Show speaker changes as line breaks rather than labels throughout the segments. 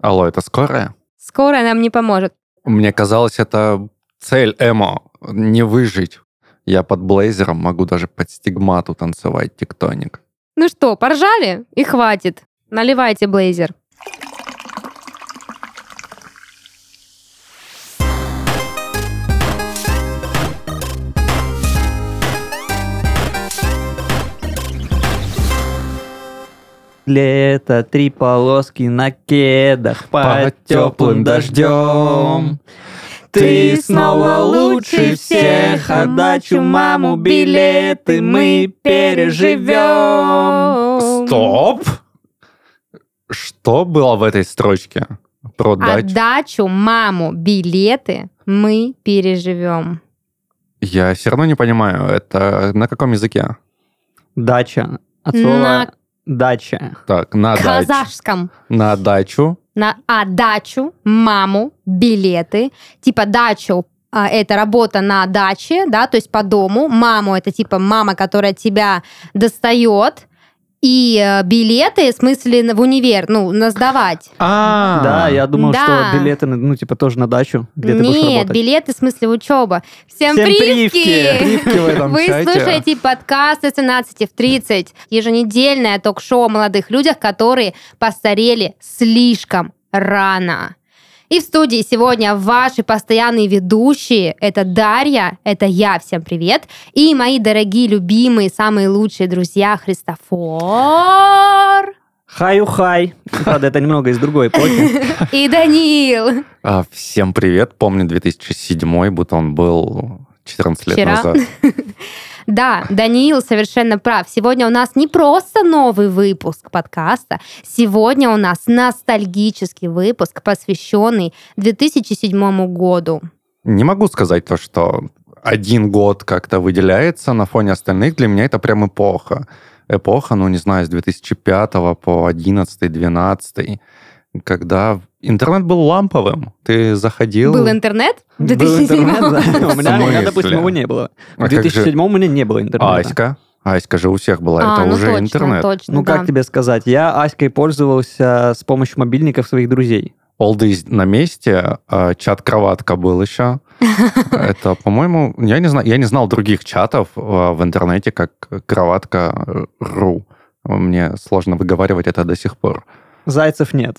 Алло, это скорая?
Скорая нам не поможет.
Мне казалось, это цель эмо, не выжить. Я под блейзером могу даже под стигмату танцевать тектоник.
Ну что, поржали? И хватит. Наливайте блейзер.
Лето, три полоски на кедах под теплым дождем. Ты снова лучше всех, отдачу маму билеты мы переживем.
Стоп! Что было в этой строчке? Продать?
Отдачу маму билеты мы переживем.
Я все равно не понимаю, это на каком языке?
Дача. От слова
На-
дача.
Так, на дачу.
казахском.
На дачу.
На, а дачу, маму, билеты. Типа дачу а, это работа на даче, да, то есть по дому. Маму это типа мама, которая тебя достает. И э, билеты, в смысле, на- в универ, ну, на сдавать.
А,
Да, я думал,
Да.
что билеты, на- ну, типа, тоже на дачу, где ты будешь
Нет,
работать.
билеты, в смысле, учеба. Всем,
Всем
привет!
привки!
Привки в этом
Вы
чате.
слушаете подкаст из 17 в 30, еженедельное ток-шоу о молодых людях, которые постарели слишком рано. И в студии сегодня ваши постоянные ведущие. Это Дарья, это я, всем привет. И мои дорогие, любимые, самые лучшие друзья Христофор
Хаю-хай. Правда, это немного из другой эпохи.
и Даниил.
А, всем привет. Помню 2007, будто он был 14 лет
Вчера.
назад.
Да, Даниил совершенно прав. Сегодня у нас не просто новый выпуск подкаста, сегодня у нас ностальгический выпуск, посвященный 2007 году.
Не могу сказать то, что один год как-то выделяется на фоне остальных. Для меня это прям эпоха. Эпоха, ну, не знаю, с 2005 по 11 12 когда интернет был ламповым. Ты заходил...
Был интернет? в
Был
2007?
интернет, да. У меня, у меня,
В
допустим,
смысле?
его не было.
А
В
как же
2007 у меня не было
А
интернета.
Аська? Аська же у всех была.
А,
это
ну
уже
точно,
интернет.
точно,
Ну,
да.
как тебе сказать, я Аськой пользовался э, с помощью мобильников своих друзей.
Олды из- на месте, а, чат-кроватка был еще. Это, по-моему, я не знаю, я не знал других чатов а, в интернете, как кроватка.ру. Мне сложно выговаривать это до сих пор.
Зайцев нет.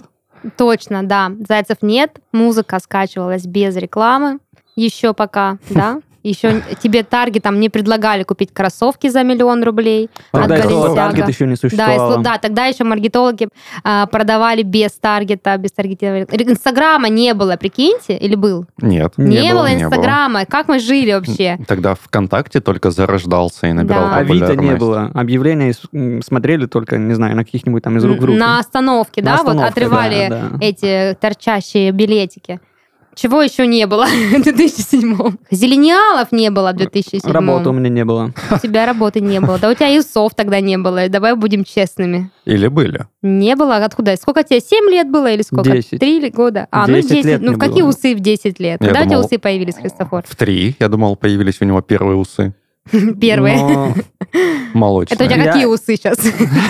Точно, да. Зайцев нет, музыка скачивалась без рекламы. Еще пока, да? Еще тебе таргетом не предлагали купить кроссовки за миллион рублей.
Тогда
от
и слова
Balenciaga.
«таргет» еще не
А Да, и сло-
существовало.
да, тогда еще маркетологи а, продавали без таргета, без таргетирования. Р- Инстаграма не было, прикиньте, или был?
Нет.
Не
было,
было,
не было.
Инстаграма. Как мы жили вообще?
Тогда ВКонтакте только зарождался и набирал
Да.
Авито А не
популярность.
было. Объявления с- м, смотрели только, не знаю, на каких-нибудь там из рук в руки.
На остановке, да,
На
вот
остановке,
отрывали
да, да.
эти торчащие билетики. Чего еще не было в 2007 Зелениалов не было в 2007
Работы у меня не было.
У тебя работы не было. Да у тебя и усов тогда не было. Давай будем честными.
Или были.
Не было? А Откуда? Сколько тебе? 7 лет было или сколько?
Десять.
Три ли- года? А, ну
10
10.
лет
ну
мне
в какие
было.
усы в 10 лет?
Я
Когда у тебя
думал-
усы появились, Христофор?
В три, я думал, появились у него первые усы.
Первые.
Но,
Молочные.
Это у тебя
ну, Я-
какие усы сейчас?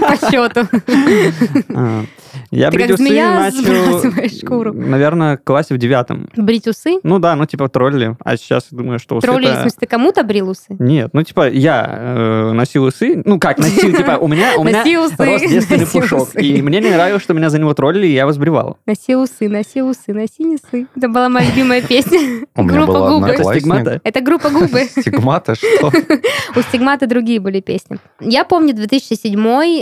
По счету.
а, Я
Ты как
брить усы
змея
начал,
сбрасываешь шкуру.
наверное, в классе в девятом.
Брить усы?
Ну да, ну типа тролли. А сейчас я думаю, что усы
Тролли, в
это-
смысле, ты кому-то брил усы?
Нет, ну типа я э, носил усы, ну как носил, типа у меня у меня
Носил усы,
рос девственный
носил
пушок,
усы.
и мне не нравилось, что меня за него троллили, и я его сбривал.
Носи усы, носи усы, носи несы. Это была моя любимая песня.
У меня
Группа
была
губы.
одноклассник.
Стигмата?
Это группа губы.
Стигмата, что?
У стигмата другие были песни. Я помню 2007,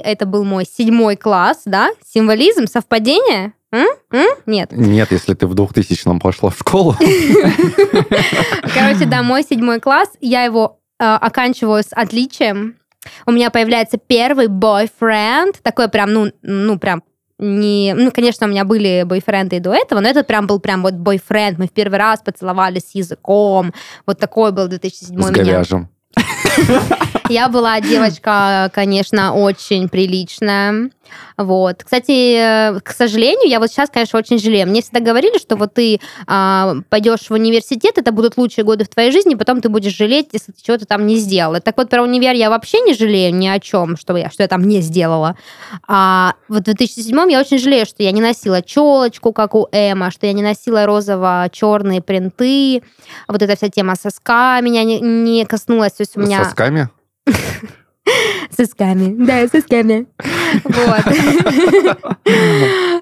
это был мой седьмой класс, да? Символизм, совпадение? М? М? Нет.
Нет, если ты в 2000-м пошла в школу.
Короче, да, мой седьмой класс, я его э, оканчиваю с отличием. У меня появляется первый бойфренд, такой прям, ну, ну, прям не... Ну, конечно, у меня были бойфренды и до этого, но этот прям был прям вот бойфренд. Мы в первый раз поцеловались с языком. Вот такой был 2007
С
у меня.
говяжьим.
Я была девочка, конечно, очень приличная. Вот. Кстати, э, к сожалению, я вот сейчас, конечно, очень жалею. Мне всегда говорили, что вот ты а, пойдешь в университет, это будут лучшие годы в твоей жизни, потом ты будешь жалеть, если ты чего-то там не сделала. Так вот, про универ я вообще не жалею ни о чем, что я, что я там не сделала. А вот в 2007 я очень жалею, что я не носила челочку, как у Эма, что я не носила розово-черные принты, вот эта вся тема соска меня не, не коснулась, то есть у меня...
С сосками?
Сосками. Да, сосками. Вот.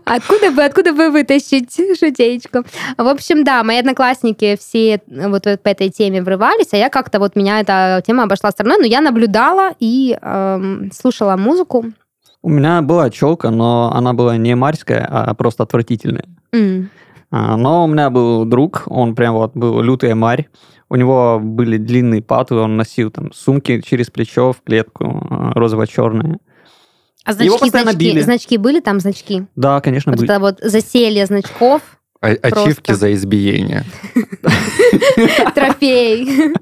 Откуда бы, откуда бы вытащить шутеечку? В общем, да, мои одноклассники все э, вот по этой теме врывались, а я как-то вот меня эта тема обошла стороной, но я наблюдала и эм, слушала музыку.
У меня была челка, но она была не марьская, а просто отвратительная.
М.
А, Но у меня был друг, он прям вот был лютая марь. У него были длинные паты, он носил там сумки через плечо в клетку, а, розово-черные.
А
Его постоянно
значки,
били.
значки были там значки?
Да, конечно,
Вот
были.
это вот заселье значков,
А- Ачивки за избиение.
трофей.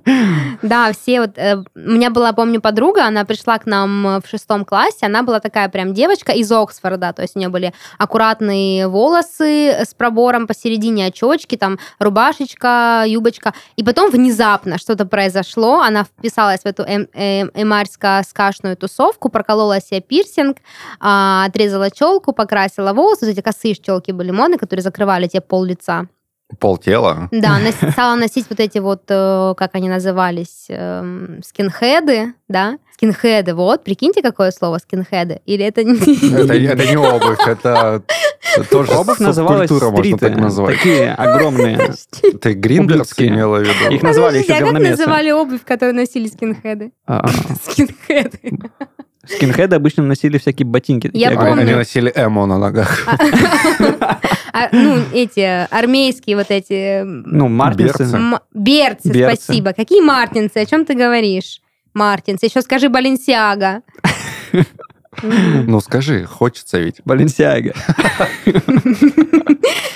Да, все вот... э, У меня была, помню, подруга, она пришла к нам э, в шестом классе, она была такая прям девочка из Оксфорда, то есть у нее были аккуратные волосы с пробором посередине очечки, там рубашечка, юбочка. И потом внезапно что-то произошло, она вписалась в эту эм- эм- эмарьско-скашную тусовку, проколола себе пирсинг, а, отрезала челку, покрасила волосы, вот эти косые челки были модные, которые закрывали тебе пол лица.
Пол тела.
Да, она с- стала носить вот эти вот, э, как они назывались, эм, скинхеды, да? Скинхеды, вот, прикиньте, какое слово скинхеды. Или это не...
Это, это не обувь, это тоже
Обувь называлась
субкультура, можно
стриты,
так назвать.
такие огромные.
Ты гринбергс
Ублюдские.
имела в
Их
виду?
назвали еще
Подождите, а как
говномесом.
называли обувь, которую носили скинхеды?
А, а.
Скинхеды.
Скинхеды обычно носили всякие ботинки. такие
Я
Они-
огромные.
Они
помню.
носили эмо на ногах.
А, Ну, эти армейские вот эти... м,
Ну, мартинсы.
Берцы.
м- Берцы,
Берцы.
спасибо. Какие мартинцы? О чем ты говоришь? Мартинцы. Еще скажи Баленсиага. Мгм.
Ну скажи, хочется ведь.
Баленсиага.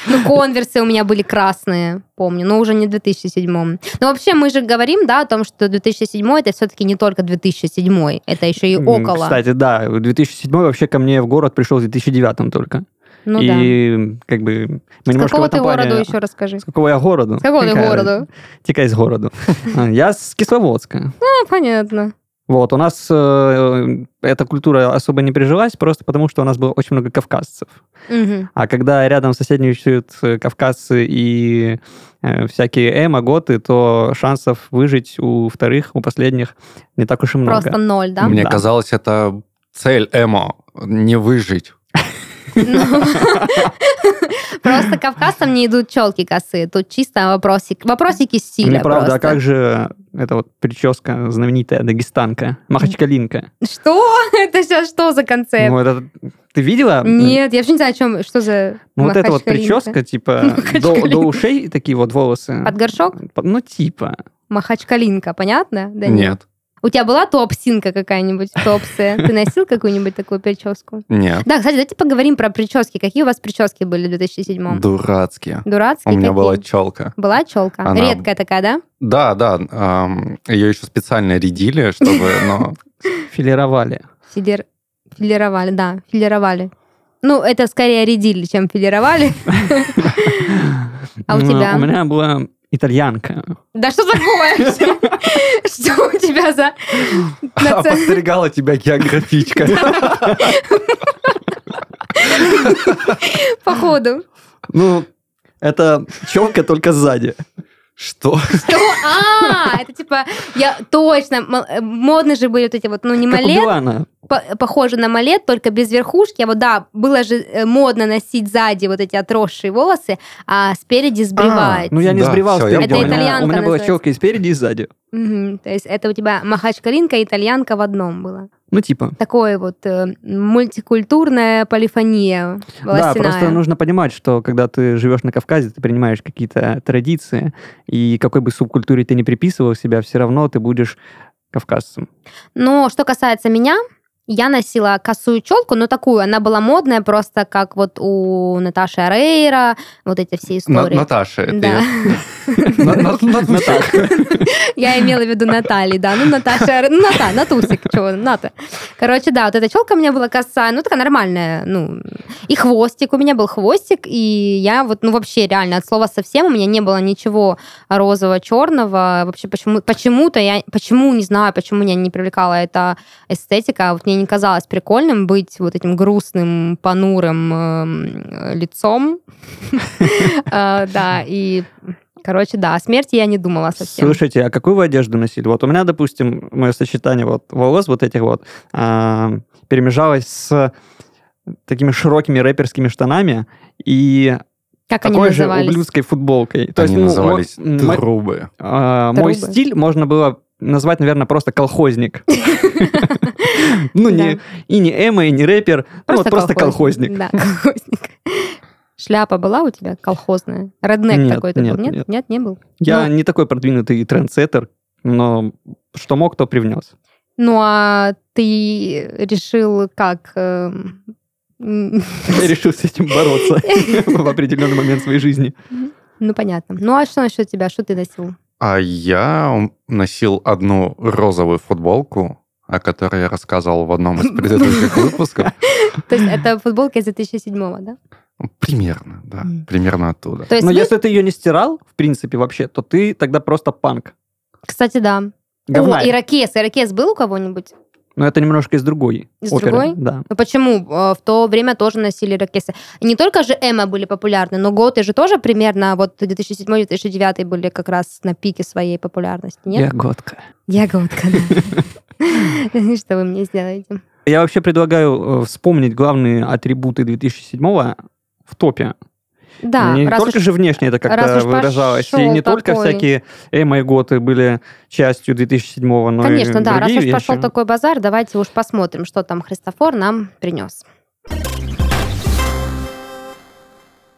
Ну, конверсы у меня были красные, помню, но уже не в 2007. Но вообще мы же говорим, да, о том, что 2007 это все-таки не только 2007, это еще и
М,
около.
Кстати, да, 2007 вообще ко мне в город пришел в 2009 только.
ну да.
и как бы... мы
С
немножко в
какого
этом
ты
плане-
города еще расскажи?
С какого я города?
С какого ты города?
Тикай из города. А, Я с Кисловодска.
Ну, понятно.
Вот, у нас э, эта культура особо не прижилась, просто потому что у нас было очень много кавказцев.
Мгм.
А когда рядом соседничают э, кавказцы и э, всякие эмо-готы, то шансов выжить у вторых, у последних не так уж и много.
Просто ноль, да?
Мне
Да.
казалось, это цель эмо, не выжить.
Ну, Просто кавказцам не идут челки косые. Тут чисто вопросик. Вопросики стиля
Неправда, а
просто.
как же эта вот прическа знаменитая дагестанка, махачкалинка?
Что? Это сейчас что за концепт?
Ну, это... Ты видела?
Нет, я вообще не знаю, о чем, что за
Ну, вот эта вот
махачкалинка.
прическа, типа, до,
Махачкалинка.
до ушей такие вот волосы.
Под горшок?
Ну, типа.
Махачкалинка, понятно? Да
Нет,
У тебя была топсинка какая-нибудь, топсы? Ты носил какую-нибудь такую прическу?
нет.
Да, кстати, давайте поговорим про прически. Какие у вас прически были в 2007-м?
Дурацкие. У
Дурацкие
меня
какие?
была челка.
Была челка?
Она-
Редкая такая, да?
Да, да, ее еще специально рядили, чтобы, но
Филировали.
Филер... Филировали, да, филировали. Ну, это скорее рядили, чем филировали. А у
Ну,
тебя?
У меня была итальянка.
Да что такое? Что у тебя за...
А,
наци-
подстригала тебя географичка.
Походу.
Ну, это челка только сзади.
Что?
Что? А, это типа... Я точно... м- э, Модные же были вот эти вот, ну, не
Как у
малет,
Билана.
по- похоже на малет, только без верхушки. А Вот да, было же э, модно носить сзади вот эти отросшие волосы, а спереди сбривать.
Ну, я не
Да,
сбривал
всё, я
спереди.
понял.
У меня-
Это
У меня была
итальянка
челка и спереди, и сзади.
Мгм. То есть это у тебя махачкалинка и итальянка в одном было.
Ну, типа.
Такое вот э, мультикультурная полифония волосяная.
Да, просто ну нужно понимать, что когда ты живешь на Кавказе, ты принимаешь какие-то традиции, и какой бы субкультуре ты ни приписывал себя, все равно ты будешь кавказцем.
Но что касается меня, Я носила косую челку, но такую, она была модная просто, как вот у Наташи Арейра, вот эти все
На-
истории.
Наташа, это
Да.
я. На- на- на- Наташа.
Я имела в виду Натали, да. Ну, Наташа, Аре- ну, Ната, Натусик, чего, Ната. Короче, да, вот эта челка у меня была косая, ну, такая нормальная, ну, и хвостик, у меня был хвостик, и я вот, ну, вообще реально от слова совсем у меня не было ничего розового, черного, вообще почему, почему-то я, почему, не знаю, почему меня не привлекала эта эстетика, а вот мне не казалось прикольным быть вот этим грустным, понурым эм, лицом, Э, да, и... Короче, да, о смерти я не думала совсем.
Слушайте, а какую вы одежду носили? Вот у меня, допустим, мое сочетание вот волос вот этих вот а, перемежалось с такими широкими рэперскими штанами и
Как они
такой же
назывались?
ублюдской футболкой. То
Они
ну,
назывались
мо- мо-
трубы.
а, мой
Трубы.
стиль можно было назвать, наверное, просто колхозник. Ну, не
Да.
и не эмо, и не рэпер, ну, вот просто колхозник.
Да, колхозник. Шляпа была у тебя колхозная? Реднек
Нет,
такой ты
нет,
был? Нет,
нет.
нет, не был.
Я
Ну.
не такой продвинутый трендсеттер, но что мог, то привнес.
Ну а ты решил как? эм, м,
Я решил с этим бороться в определенный момент своей жизни.
Ну понятно. Ну а что насчет тебя? Что ты носил?
А я носил одну розовую футболку, о которой я рассказывал в одном из предыдущих выпусков.
То есть это футболка из 2007 да?
Примерно, да.
Мгм.
Примерно оттуда.
То есть,
Но
вы-
если ты ее не стирал, в принципе, вообще, то ты тогда просто панк.
кстати, да. О,
Говнарь.
ирокез. Ирокез был у кого-нибудь?
Но это немножко из другой
Из
оперы,
другой?
Да.
Ну почему? Э, В то время тоже носили ирокезы. И не только же Эмма были популярны, но готы же тоже примерно вот 2007-2009 были как раз на пике своей популярности, нет?
Ягодка.
Я готка, да. Что вы мне сделаете?
Я вообще предлагаю э, вспомнить главные атрибуты 2007-го в топе.
Да,
не
раз
только
уж-
же внешне это
раз
как-то
уж
выражалось. И
пошёл
не только
такой.
всякие эмо и готы были частью 2007-го, но
Конечно,
и
да, раз
другие
уж
вещи.
пошел такой базар, давайте уж посмотрим, что там Христофор нам принес.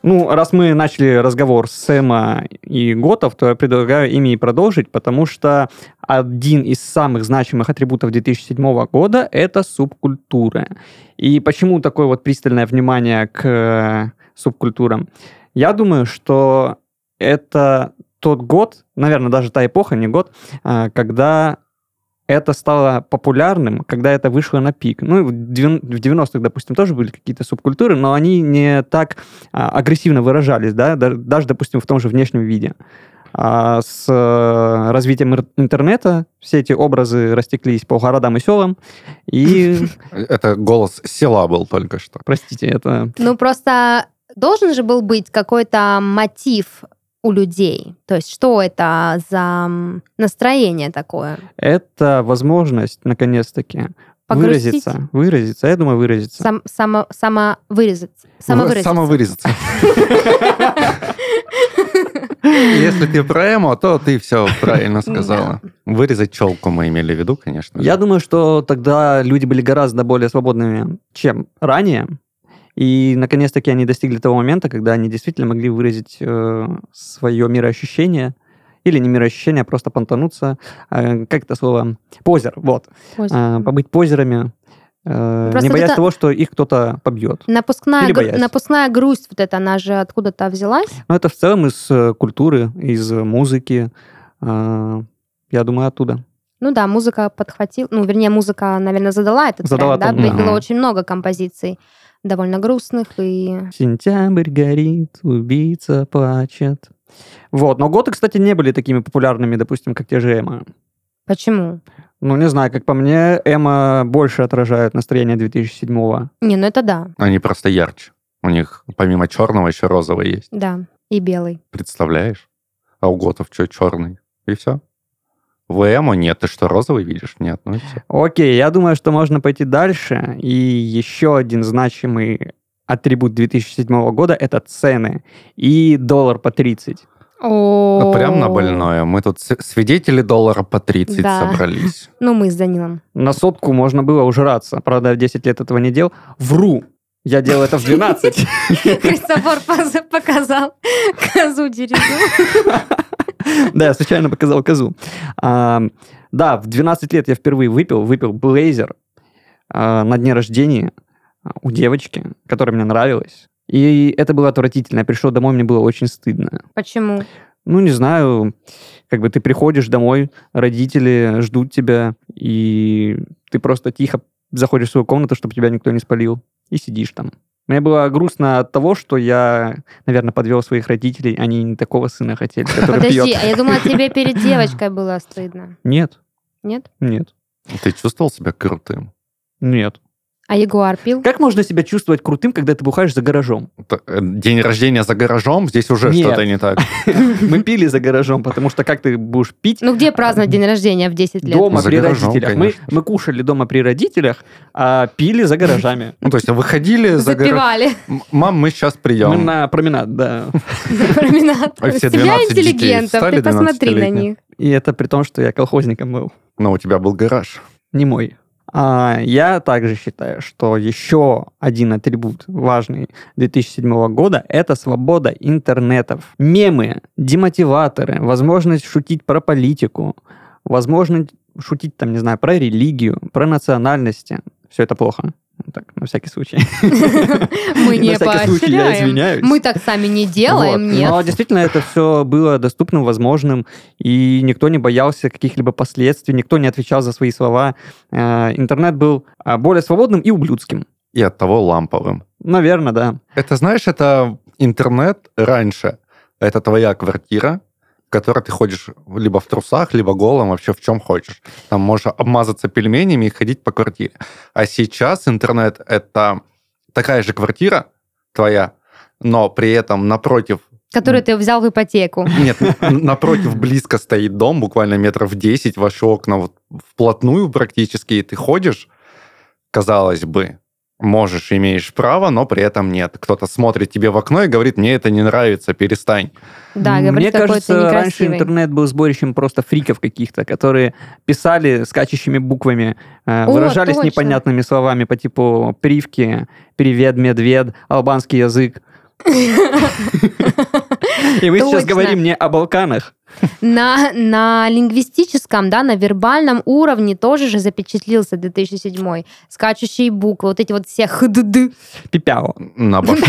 Ну, раз мы начали разговор с Сэма и Готов, то я предлагаю ими и продолжить, потому что один из самых значимых атрибутов 2007 года – это субкультура. И почему такое вот пристальное внимание к э, субкультурам? Я думаю, что это тот год, наверное, даже та эпоха, не год, а, когда это стало популярным, когда это вышло на пик. Ну, и в девян- в 90-х, допустим, тоже были какие-то субкультуры, но они не так а, агрессивно выражались, да, да- даже, допустим, в том же внешнем виде. А с э, развитием ир- интернета все эти образы растеклись по городам и селам, и,
Это голос села был только что.
простите, это...
Ну, просто должен же был быть какой-то мотив у людей. То есть, что это за м, настроение такое?
Это возможность, наконец-таки,
Погрузить?
выразиться. Выразиться, я думаю, выразиться.
Сам, само, само вырезать.
Вы-
Самовыразиться.
Самовырезаться. Если ты про эмо, то ты все правильно сказала. Вырезать челку мы имели в виду, конечно. же.
Я думаю, что тогда люди были гораздо более свободными, чем ранее. И, наконец-таки, они достигли того момента, когда они действительно могли выразить э, свое мироощущение. Или не мироощущение, а просто понтануться. Э, как это слово? Позер, вот.
Позер. Ну,
Э, побыть позерами. э,
Просто
не боясь
это-
того, что их кто-то побьет.
Напускная,
Или
гру-
боясь.
напускная грусть вот эта, она же откуда-то взялась.
Но это в целом из э, культуры, из э, музыки. Э, я думаю, оттуда.
Ну да, музыка подхватила, ну, вернее, музыка, наверное, задала этот
Задала
тренд, да?
тон,
Было
да.
очень много композиций довольно грустных и...
Сентябрь горит, убийца плачет. Вот, но готы, кстати, не были такими популярными, допустим, как те же Эмо.
Почему?
Ну, не знаю, как по мне, Эмо больше отражает настроение 2007-го.
Не, ну это да,
Они просто ярче. У них помимо черного еще розовый есть.
да, и белый.
Представляешь? А у готов что, черный? И все. В эмо нет. Ты что, розовый видишь? Нет, ну и все.
Окей, я думаю, что можно пойти дальше. И еще один значимый атрибут 2007 года – это цены. И доллар по 30.
О,
А Ну, Прям на больное. Мы тут с- свидетели доллара по 30
Да.
собрались.
Ну, мы с Данилом.
На сотку можно было ужраться. Правда, я в 10 лет этого не делал. Вру! Я делал это в 12.
Христофор поз- показал козу дереву.
Да, я случайно показал козу. А, Да, в 12 лет я впервые выпил, выпил блейзер. А, э, на дне рождения а, у девочки, которая мне нравилась. И это было отвратительно. Я пришел домой, мне было очень стыдно.
Почему?
Ну, не знаю, как бы ты приходишь домой, родители ждут тебя, и ты просто тихо заходишь в свою комнату, чтобы тебя никто не спалил, и сидишь там. Мне было грустно от того, что я, наверное, подвел своих родителей, они не такого сына хотели, который
Подожди,
пьет.
а я думала, тебе перед девочкой было стыдно.
Нет,
Нет?
нет,
Ты чувствовал себя крутым?
нет.
А Ягуар пил?
Как можно себя чувствовать крутым, когда ты бухаешь за гаражом?
Т- э, День рождения за гаражом, здесь уже
Нет.
что-то не так.
Мы пили за гаражом, потому что как ты будешь пить,
Ну где праздновать день рождения в 10 лет?
А, Дома
За
при
гаражом,
родителях. Мы,
конечно.
мы кушали дома при родителях, а пили за гаражами.
Ну, то есть выходили за гаражом.
Запивали.
Мам, мы сейчас
Мы
придем.
на променад, да.
Променад.
А все
Семья
12 детей
интеллигентов,
стали
ты посмотри на
12-летние?
них.
И это при том, что я колхозником был,
Но у тебя был гараж.
не мой. А, я также считаю, что еще один атрибут важный 2007 года – это свобода интернетов. Мемы, демотиваторы, возможность шутить про политику, возможность шутить, там, не знаю, про религию, про национальности. Все это плохо. Так, на всякий случай.
Мы
На
не
всякий случай я
поощряем.
извиняюсь.
Мы так сами не делаем,
Вот.
нет.
Но действительно это все было доступным, возможным, и никто не боялся каких-либо последствий, никто не отвечал за свои слова. Э, Интернет был а, более свободным и ублюдским.
И от того ламповым.
Наверное, да.
Это, знаешь, это интернет раньше. Это твоя квартира, в которой ты ходишь либо в трусах, либо голым, вообще в чем хочешь. Там можно обмазаться пельменями и ходить по квартире. А сейчас интернет — это такая же квартира твоя, но при этом напротив
Который ты взял в ипотеку.
Нет, н- напротив близко стоит дом, буквально метров 10, ваши окна вот вплотную практически, и ты ходишь, казалось бы, можешь, имеешь право, но при этом нет. Кто-то смотрит тебе в окно и говорит, мне это не нравится, перестань.
Да,
Мне
говорит, какой ты
кажется, раньше
некрасивый.
интернет был сборищем просто фриков каких-то, которые писали скачущими буквами, э,
О,
выражались
точно.
непонятными словами по типу привки, привет, медвед, албанский язык. И мы сейчас
Точно.
говорим не о Балканах.
На, на лингвистическом, да, на вербальном уровне тоже же запечатлился 2007 Скачущие буквы, вот эти вот все хдд.
Пипяо.
На башло.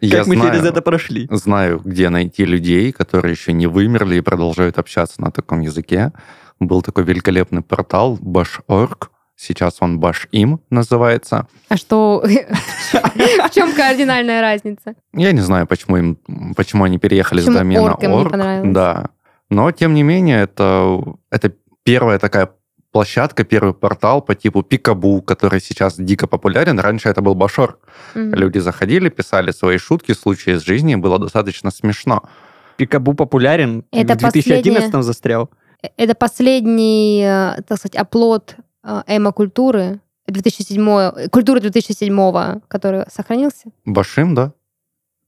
Я
Как мы через
знаю,
это прошли.
знаю, где найти людей, которые еще не вымерли и продолжают общаться на таком языке. Был такой великолепный портал Bash.org, сейчас он Bash.im называется.
А что... В чем кардинальная разница?
Я не знаю, почему им, почему они переехали
Почему
с домена
орг им не понравилось?
Да. Но, тем не менее, это, это первая такая площадка, первый портал по типу Пикабу, который сейчас дико популярен. Раньше это был Башор.
Мгм.
Люди заходили, писали свои шутки, случаи из жизни, было достаточно смешно.
Пикабу популярен.
Это
в 2011
последнее-
застрял.
Э, Это последний, э, так сказать, оплот э, эмо-культуры 2007, э, культуры 2007, который сохранился.
Башим, да?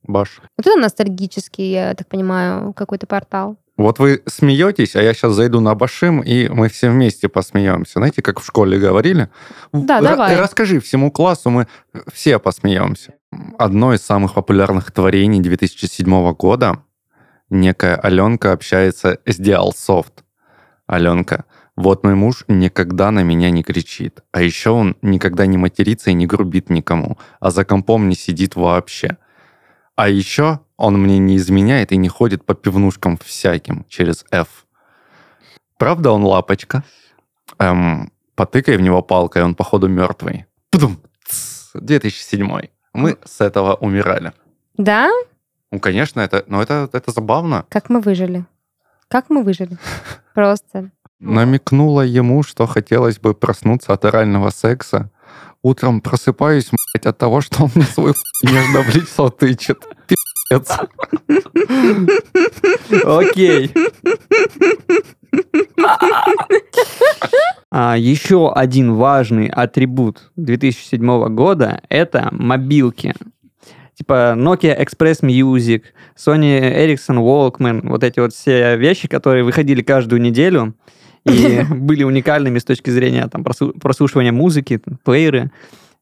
Баш.
Вот это ностальгический, я так понимаю, какой-то портал.
Вот вы смеетесь, а я сейчас зайду на Башим, и мы все вместе посмеемся. Знаете, как в школе говорили?
Да,
Ра-
давай.
Расскажи всему классу, мы все посмеемся. Одно из самых популярных творений 2007 года некая Аленка общается с Диалсофт. Аленка, вот мой муж никогда на меня не кричит, а еще он никогда не матерится и не грубит никому, а за компом не сидит вообще. А еще он мне не изменяет и не ходит по пивнушкам всяким через F. Правда он лапочка? Эм, потыкай в него палкой, он походу мертвый. Пдум! Тс! 2007. Мы с этого умирали.
Да?
Ну, конечно, это, но это, это забавно.
Как мы выжили? Как мы выжили? Просто.
Намекнула ему, что хотелось бы проснуться от орального секса. Утром просыпаюсь, блядь, от того, что он мне свой нежно в лицо тычет. Пи***ц.
Окей. А, еще один важный атрибут 2007 года – это мобилки. Типа Nokia Express Music, Sony Ericsson Walkman, вот эти вот все вещи, которые выходили каждую неделю и были уникальными с точки зрения там, просу- прослушивания музыки, там, плееры.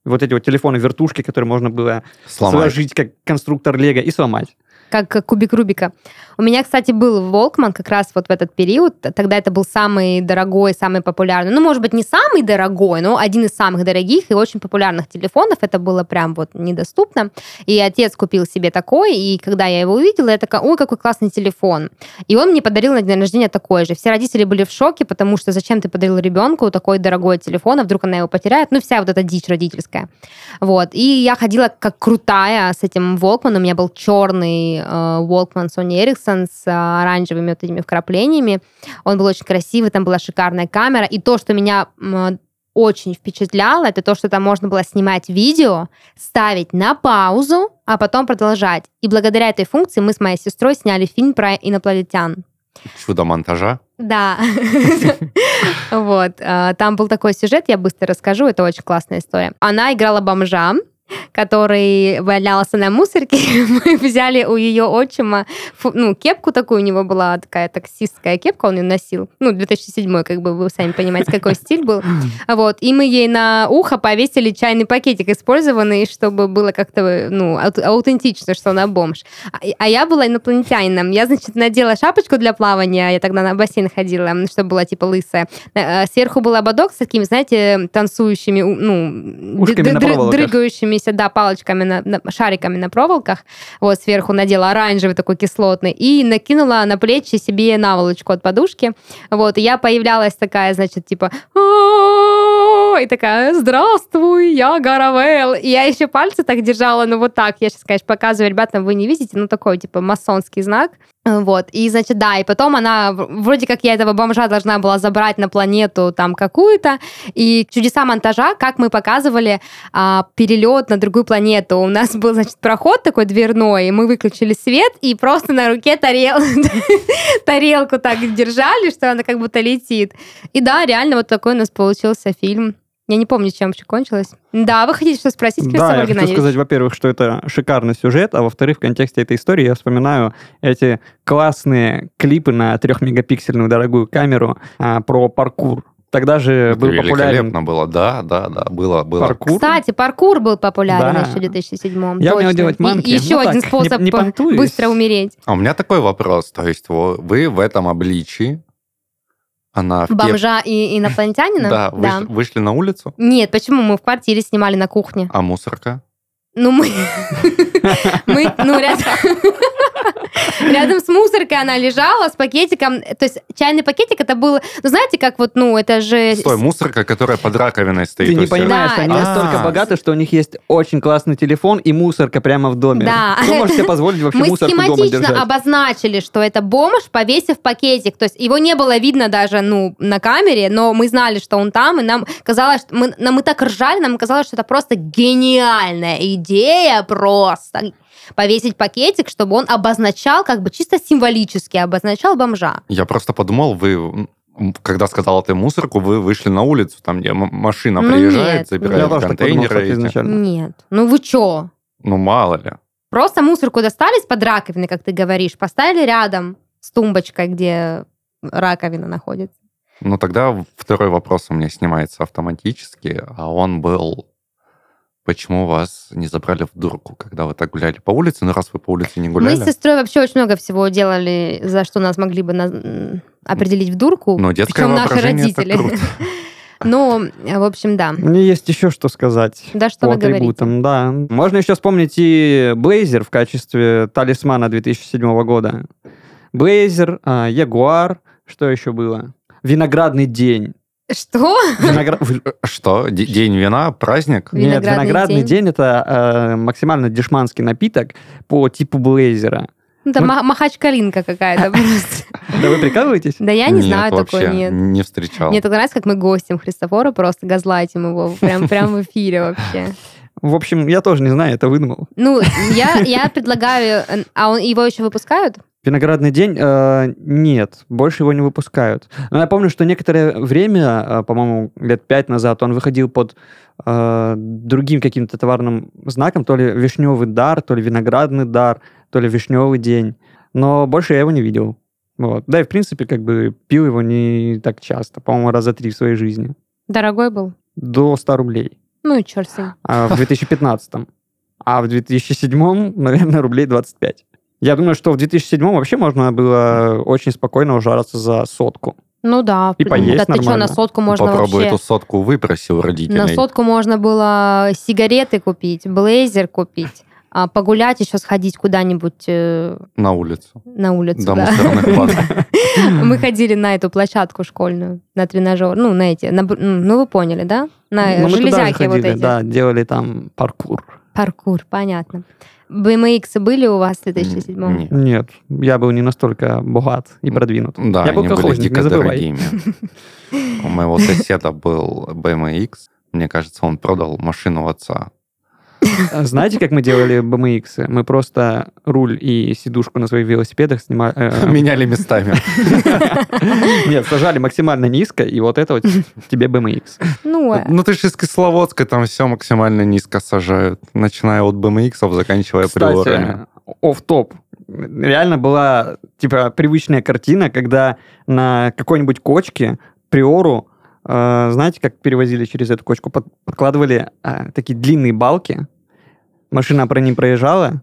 Вот эти вот телефоны-вертушки, которые можно было
Сломай.
сложить как конструктор Лего и сломать.
как кубик Рубика. У меня, кстати, был Волкман как раз вот в этот период. Тогда это был самый дорогой, самый популярный. Ну, может быть, не самый дорогой, но один из самых дорогих и очень популярных телефонов. Это было прям вот недоступно. И отец купил себе такой, и когда я его увидела, я такая, ой, какой классный телефон. И он мне подарил на день рождения такой же. Все родители были в шоке, потому что зачем ты подарил ребенку такой дорогой телефон, а вдруг она его потеряет? Ну, вся вот эта дичь родительская. Вот. И я ходила как крутая с этим Волкманом. У меня был черный Волкман Sony Ericsson с э, оранжевыми вот этими вкраплениями. Он был очень красивый, там была шикарная камера. И то, что меня м, очень впечатляло, это то, что там можно было снимать видео, ставить на паузу, а потом продолжать. И благодаря этой функции мы с моей сестрой сняли фильм про инопланетян.
Чудо монтажа.
Да. Вот. а, Там был такой сюжет, я быстро расскажу, это очень классная история. Она играла бомжа, который валялся на мусорке. Мы взяли у ее отчима, фу- ну, кепку такую у него была, такая таксистская кепка, он ее носил. Ну, 2007 как бы, вы сами понимаете, какой стиль был. Вот. И мы ей на ухо повесили чайный пакетик использованный, чтобы было как-то, ну, аут- аутентично, что она бомж. А- А я была инопланетянином. Я, значит, надела шапочку для плавания. Я тогда на бассейн ходила, чтобы была типа лысая. Э, э, Сверху был ободок с такими, знаете, танцующими, у- ну,
Ушками
ды-
на
дры-
проволоках.
дрыгающимися, да, палочками, на- на- шариками на проволоках. Вот сверху надела оранжевый такой кислотный и накинула на плечи себе наволочку от подушки. Вот, и я появлялась такая, значит, типа... «А-а-а», И такая, здравствуй, я Гаравел. И я еще пальцы так держала, ну вот так. Я сейчас, конечно, показываю ребятам, вы не видите, ну такой, типа, масонский знак. Вот, и, значит, да, и потом она, в- вроде как я этого бомжа должна была забрать на планету там какую-то, и чудеса монтажа, как мы показывали а, перелет на другую планету. У нас был, значит, проход такой дверной, и мы выключили свет, и просто на руке тарел... тарелку так держали, что она как будто летит. И да, реально вот такой у нас получился фильм. Я не помню, чем все кончилось. Да, вы хотите что спросить,
Да,
Красимир
я хочу
Геннадьевич?
сказать, во-первых, что это шикарный сюжет, а во-вторых, в контексте этой истории я вспоминаю эти классные клипы на трехмегапиксельную дорогую камеру а, про паркур. Тогда же
Это
был популярен
великолепно было, да, да, да, было, было.
паркур.
Кстати, паркур был популярен
Да.
еще в 2007
Я умею
точно.
делать
И-
манки.
И еще
Ну
один
так, не-
способ
не
по-
понтуюсь.
быстро умереть.
А у меня такой вопрос, то есть во- вы в этом обличии, она в кеп-
Бомжа и инопланетянина?
Да, выш- вышли, на улицу,
Нет, почему? Мы в квартире снимали на кухне.
а мусорка?
Ну, мы... мы ну, рядом... Рядом с мусоркой она лежала, с пакетиком. То есть чайный пакетик это был... Ну, знаете, как вот, ну, это же...
Стой, мусорка, которая под раковиной стоит. э,
Ты
у
не
себя.
понимаешь,
Да,
они
это-
настолько
А.
богаты, что у них есть очень классный телефон и мусорка прямо в доме.
Да.
Кто может себе позволить вообще
Мы
мусорку дома держать?
схематично обозначили, что это бомж, повесив пакетик. То есть его не было видно даже ну, на камере, но мы знали, что он там, и нам казалось, что мы, нам, мы так ржали, нам казалось, что это просто гениальная идея просто повесить пакетик, чтобы он обозначал, как бы чисто символически обозначал бомжа.
Я просто подумал, вы, м, когда сказала ты мусорку, вы вышли на улицу, там, где м- машина
Ну,
приезжает,
нет,
забирает
Я тоже так подумал,
контейнеры.
кстати,
эти.
изначально.
Нет. Ну вы чё?
Ну, мало ли.
Просто мусорку достали из-под раковины, как ты говоришь, поставили рядом с тумбочкой, где раковина находится.
Ну, тогда второй вопрос у меня снимается автоматически, а он был... Почему вас не забрали в дурку, когда вы так гуляли по улице? Ну, раз вы по улице не
Мы
гуляли...
с сестрой вообще очень много всего делали, за что нас могли бы наз- м, определить в дурку.
Но детское
причем наши
воображение это
родители.
круто.
Ну, в общем, да.
Мне есть еще что сказать.
Да что
по
вы говорите.
атрибутам, да. Можно еще вспомнить и Blazer в качестве талисмана 2007 года. Blazer, а, Ягуар, что еще было? Виноградный день.
Что?
Виногра- в-
э, Что? Д- День вина? Праздник?
Нет,
Виноградный
виноградный
день.
день, это э, максимально дешманский напиток по типу Блейзера.
Ну, Это
Мы-
ма- махачкалинка какая-то просто.
Да вы прикалываетесь?
Да я не
Нет,
знаю такой,
вообще
нет.
не встречал.
Мне так нравится, как мы гостим Христофора, просто газлайтим его прям, прям в эфире вообще.
В общем, я тоже не знаю, это выдумал.
Ну, я, я предлагаю... э, А он, его еще выпускают?
Виноградный день? э, нет, больше его не выпускают. Но я помню, что некоторое время, э, по-моему, лет пять назад, он выходил под э, другим каким-то товарным знаком, то ли вишневый дар, то ли виноградный дар, то ли вишневый день. Но больше я его не видел. Вот. Да и, в принципе, как бы пил его не так часто, по-моему, раза три в своей жизни.
Дорогой был?
До 100 рублей.
Ну и черт с ним.
А в 2015. А в 2007, наверное, рублей 25. Я думаю, что в 2007 вообще можно было очень спокойно ужараться за сотку.
Ну да.
И поесть
Да ты что,
нормально.
на сотку можно
Попробуй
вообще...
эту сотку выброси у родителей.
На сотку можно было сигареты купить, блейзер купить, а, погулять еще сходить куда-нибудь э,
На улицу.
на улицу.
До
да.
мусорных бак.
Мы ходили на эту площадку школьную, на тренажер, ну, на эти, на б- м, ну, вы поняли, да? На
Ну, мы туда же
железяки вот
ходили,
эти.
да, делали там паркур.
Паркур, понятно. BMX были у вас в 2007
Нет.
Нет, я был не настолько богат и продвинут.
Да,
я был
они были
колхозник, не
дико
забывай.
дорогими. У моего соседа был BMX. Мне кажется, он продал машину у отца.
А Знаете, как мы делали BMX? Мы просто руль и сидушку на своих велосипедах снимали. э,
Меняли местами.
Нет, сажали максимально низко, и вот это вот тебе BMX.
Ну, э,
Ну ты же из Кисловодска, там все максимально низко сажают. Начиная от BMX, заканчивая приорами.
Кстати, офф топ Реально была, типа, привычная картина, когда на какой-нибудь кочке приору, э, знаете, как перевозили через эту кочку, Под- подкладывали э, такие длинные балки, машина про ним проезжала,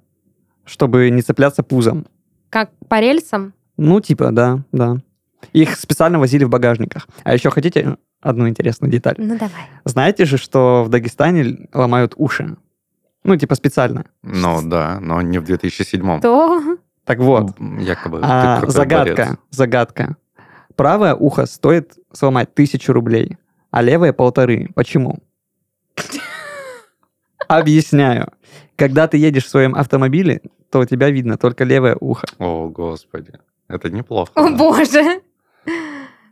чтобы не цепляться пузом.
как по рельсам?
Ну, типа, да, да. Их специально возили в багажниках. А еще хотите одну интересную деталь?
Ну, давай.
Знаете же, что в Дагестане ломают уши? Ну, типа, специально.
Ну да, но не в 2007
То
Так вот,
Якобы. типа, ты
А,
крутой
загадка,
борец.
загадка. Правое ухо стоит сломать тысячу рублей, а левое полторы. Почему? Объясняю. Когда ты едешь в своем автомобиле, то у тебя видно только левое ухо.
О, господи. Это неплохо.
О,
да.
боже.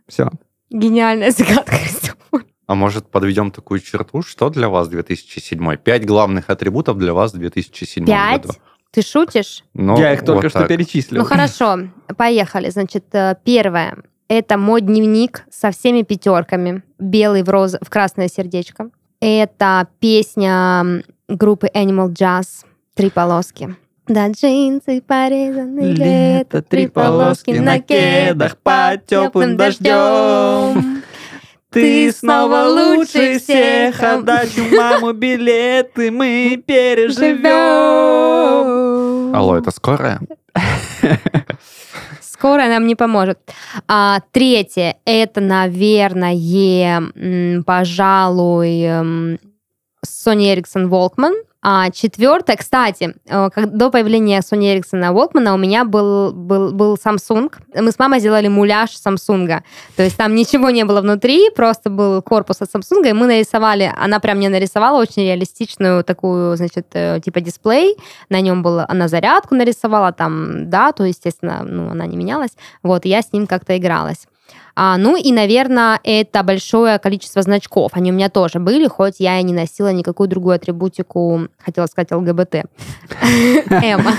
Все.
Гениальная загадка. Ксюха.
А может, подведем такую черту? Что для вас 2007? Пять главных атрибутов для вас в 2007
Пять?
году.
Ты шутишь?
Ну,
Я их только
вот
что
так.
перечислил.
Ну хорошо, поехали. Значит, э, первое. Это мой дневник со всеми пятерками. Белый в, роз... в красное сердечко. Это песня м, группы Animal Jazz «Три полоски». Да, джинсы порезаны лето, три полоски на кедах под теплым дождем. Ты снова лучше всех, а
отдачу маму билеты мы
Алло, это скорая?
Скоро нам не поможет. А, третье, это, наверное, м, пожалуй, эм, Sony Ericsson Walkman. А четвертое, кстати, э, как- до появления Sony Ericsson Walkman у меня был, был, был Samsung. Мы с мамой сделали муляж Samsung. То есть там ничего не было внутри, просто был корпус от Samsung, и мы нарисовали, она прям мне нарисовала очень реалистичную такую, значит, э, типа дисплей, на нем был, она зарядку нарисовала, там дату, естественно, ну, она не менялась. Вот, и я с ним как-то игралась. А, ну и, наверное, это большое количество значков. Они у меня тоже были, хоть я и не носила никакую другую атрибутику, хотела сказать ЛГБТ. Эмма.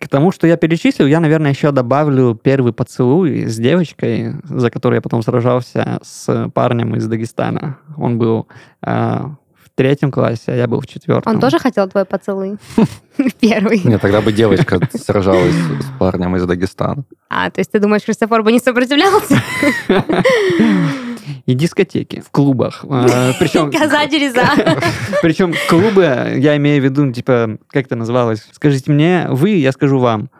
К тому, что я перечислил, я, наверное, еще добавлю первый поцелуй с девочкой, за которой я потом сражался с парнем из Дагестана. Он был э, в третьем классе, а я был в четвертом.
Он тоже хотел твой поцелуй? Первый.
Нет, тогда бы девочка сражалась с парнем из Дагестана.
А, то есть ты думаешь, Христофор бы не сопротивлялся?
И дискотеки в клубах. Э, Причем
Коза Дереза.
Причем клубы, я имею в виду, типа, как это называлось? Скажите мне, вы, я скажу вам.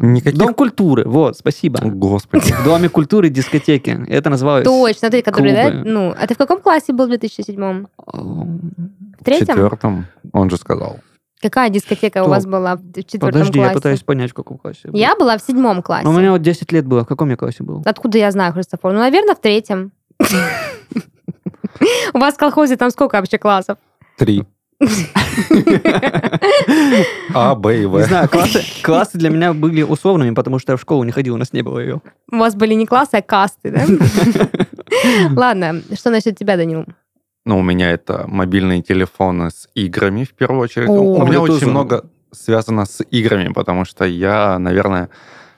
Никаких-
Дом культуры, вот, спасибо.
О, Господи.
В Доме культуры дискотеки. Это называлось...
Точно, ты, который, да?
клубы.
Ну, а ты в каком классе был в 2007-м?
Эм,
В третьем?
четвертом, он же сказал.
Какая дискотека у
Что?
вас была в четвертом
Подожди,
классе?
я пытаюсь понять, в каком классе. был.
Я была в седьмом классе.
Ну, у меня вот 10 лет было. В каком я классе был?
Откуда я знаю, Христофор? Ну, наверное, в третьем. У вас в колхозе там сколько вообще классов?
Три. А, Б и
Не
В.
знаю, классы, классы для меня были условными, потому что я в школу не ходил, у нас не было ее.
У вас были не классы, а касты, да? Ладно, что насчет тебя, Данил?
Ну, у меня это мобильные телефоны с играми, в первую очередь. Ну,
О.
у меня
Bluetooth.
очень много связано с играми, потому что я, наверное,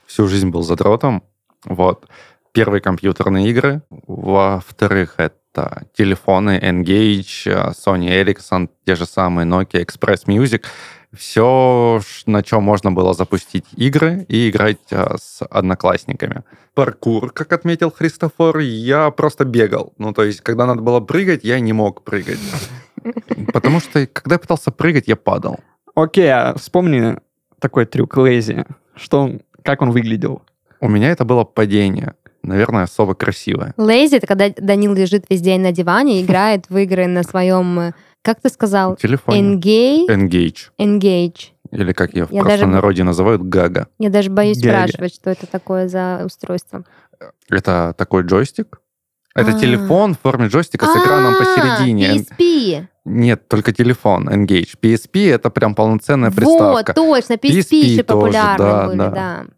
всю жизнь был задротом. Вот. Первые компьютерные игры. Во-вторых, это телефоны Engage, э, Sony Ericsson, те же самые Nokia Express Music. Все, на чем можно было запустить игры и играть э, с одноклассниками. Паркур, как отметил Христофор, я просто бегал. Ну, то есть, когда надо было прыгать, я не мог прыгать. Потому что, когда я пытался прыгать, я падал.
Окей, а вспомни такой трюк Лэйзи? Что он, как он выглядел?
У меня это было падение. Наверное, особо красивое.
Лейзи — это когда Данил лежит весь день на диване и играет в игры на своем, э, как ты сказал,
Телефон.
Engage?
Э. Engage.
Engage.
Или как ее в
Я даже-
простонародье называют, гага.
Я даже боюсь
Дядя.
спрашивать, что это такое за устройство.
Это такой джойстик. Это
А.
телефон в форме джойстика с экраном
А,
посередине.
PSP.
Нет, только телефон, Engage. PSP — это прям полноценная
Вот,
приставка.
точно, PSP,
PSP
еще
тоже, да,
популярны были,
да.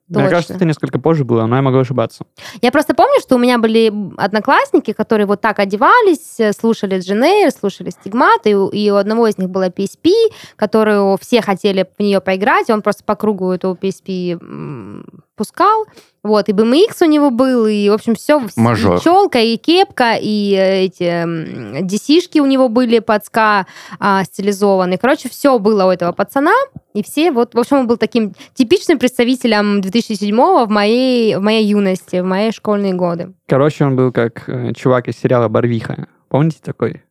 да.
Мне кажется,
Точно.
это несколько позже было, но я могу ошибаться.
Я просто помню, что у меня были одноклассники, которые вот так одевались, э, слушали Дженейр, слушали Стигмат, и, у- и у одного из них была PSP, которую все хотели в нее поиграть, и он просто по кругу эту PSP м, пускал. Вот, и BMX у него был, и, в общем, все.
Мажор.
И челка, и кепка, и э, эти м, DC-шки у него были под ска а, стилизованные. Короче, все было у этого пацана, и все вот, в общем, он был таким типичным представителем 2007-го в моей, в моей юности, в мои школьные годы.
Короче, он был как э, чувак из сериала «Барвиха». Помните такой?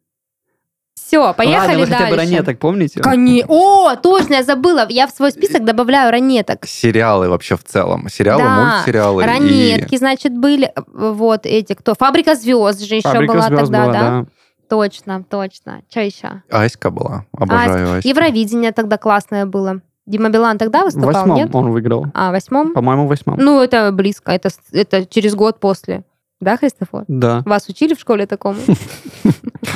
Все, поехали
Ладно, вы хотя
дальше.
бы ранеток помните?
Коне- О, точно, я забыла. Я в свой список добавляю ранеток.
Сериалы вообще в целом. Сериалы,
Да,
мультсериалы. и-
Ранетки, значит, были э, вот эти, кто? Фабрика звезд же еще
«Фабрика
была
звезд»
тогда,
была,
да?
да.
Точно, точно. Что еще?
Аська была. Обожаю Аську.
Евровидение тогда классное было. Дима Билан тогда
В
выступал,
восьмом
нет?
он выиграл.
А, в восьмом?
По-моему, в восьмом.
Ну, это близко, это, с- это через год после. Да, Христофор?
Да.
Вас учили в школе такому?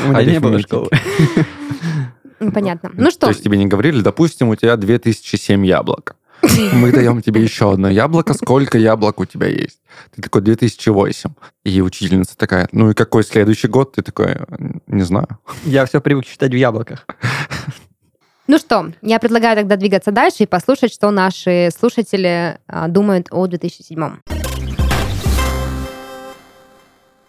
А
У меня не было
Арифметики.
школы.
Ну, Понятно. Ну
То
что,
есть тебе не говорили, допустим, у тебя 2007 яблок. Мы даем тебе еще одно яблоко. Сколько яблок у тебя есть? Ты такой 2008. И учительница такая, ну и какой следующий год? Ты такой, не знаю.
Я все привык читать в яблоках.
ну что, я предлагаю тогда двигаться дальше и послушать, что наши слушатели а, думают о 2007